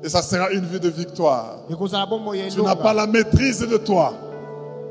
Speaker 1: et ça sera une vie de victoire.
Speaker 2: ekozala bomoi ya
Speaker 1: Tu n'as
Speaker 2: elonga.
Speaker 1: pas la maîtrise de toi.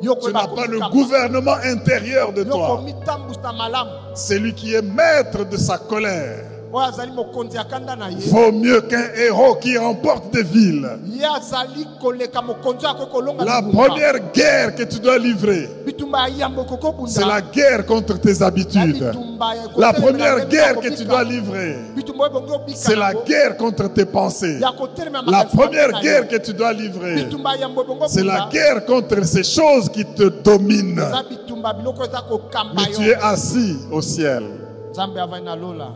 Speaker 2: Yo
Speaker 1: Tu
Speaker 2: koyeba
Speaker 1: n'as pas le
Speaker 2: komitamba.
Speaker 1: gouvernement intérieur de
Speaker 2: Yo
Speaker 1: toi.
Speaker 2: komitambusa malamu Oh,
Speaker 1: Celui qui est maître de sa colère
Speaker 2: oyo azali mokonzi ya kanda na ye
Speaker 1: vaut mieux qu'un héros qui remporte des villes.
Speaker 2: ye azali koleka mokonzi oyo akoki kolonga
Speaker 1: La
Speaker 2: bitumba.
Speaker 1: première guerre que tu dois livrer,
Speaker 2: bitumba ya yambo ekoki kobunda.
Speaker 1: c'est la guerre contre tes
Speaker 2: Na
Speaker 1: habitudes.
Speaker 2: bitumba ya
Speaker 1: La
Speaker 2: kotelemela
Speaker 1: première
Speaker 2: ndenge
Speaker 1: guerre
Speaker 2: bakobika.
Speaker 1: que tu dois livrer,
Speaker 2: bitumba oyo ebongi obika
Speaker 1: c'est la
Speaker 2: yango.
Speaker 1: guerre contre tes pensées.
Speaker 2: Ya kotelemela
Speaker 1: La
Speaker 2: makanisi
Speaker 1: première
Speaker 2: makasi na
Speaker 1: guerre
Speaker 2: yo.
Speaker 1: que tu dois livrer,
Speaker 2: bitumba ya yambo ebongi
Speaker 1: c'est la
Speaker 2: obunda.
Speaker 1: guerre contre ces choses qui te dominent.
Speaker 2: eza bitumba biloko eza kokamba
Speaker 1: Mais
Speaker 2: yo.
Speaker 1: tu es assis au ciel
Speaker 2: nzambe avandi na lola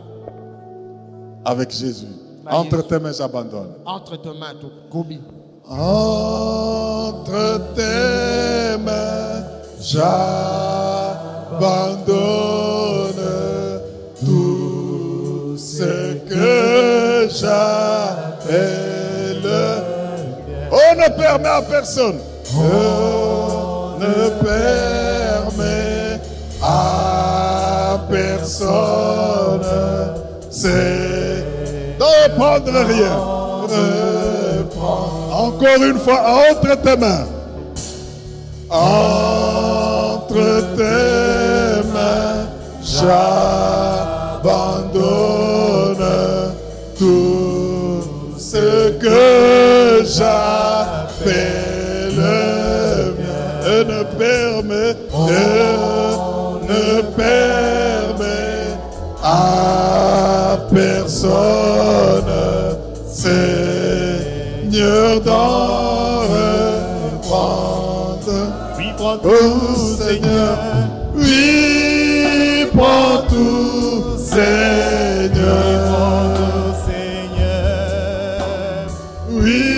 Speaker 1: avec Jésus. Entre tes mains, j'abandonne.
Speaker 2: entre tes mains tokobi
Speaker 1: Entre tes mains, j'abandonne tout ce que j'appelle. On Oh, ne permet à personne. On ne permet à personne. C'est d'en prendre rien. Reprends. Encore une fois, entre tes mains. Entre tes mains, j'abandonne tout ce que j'appelle mien. Et ne permet, ne, ne permet à personne, Seigneur, d'en reprendre.
Speaker 3: Oui, prends tout,
Speaker 1: Oh Seigneur,
Speaker 3: Seigneur.
Speaker 1: oui, prends tout, Seigneur,
Speaker 3: Prends tout, Seigneur.
Speaker 1: oui,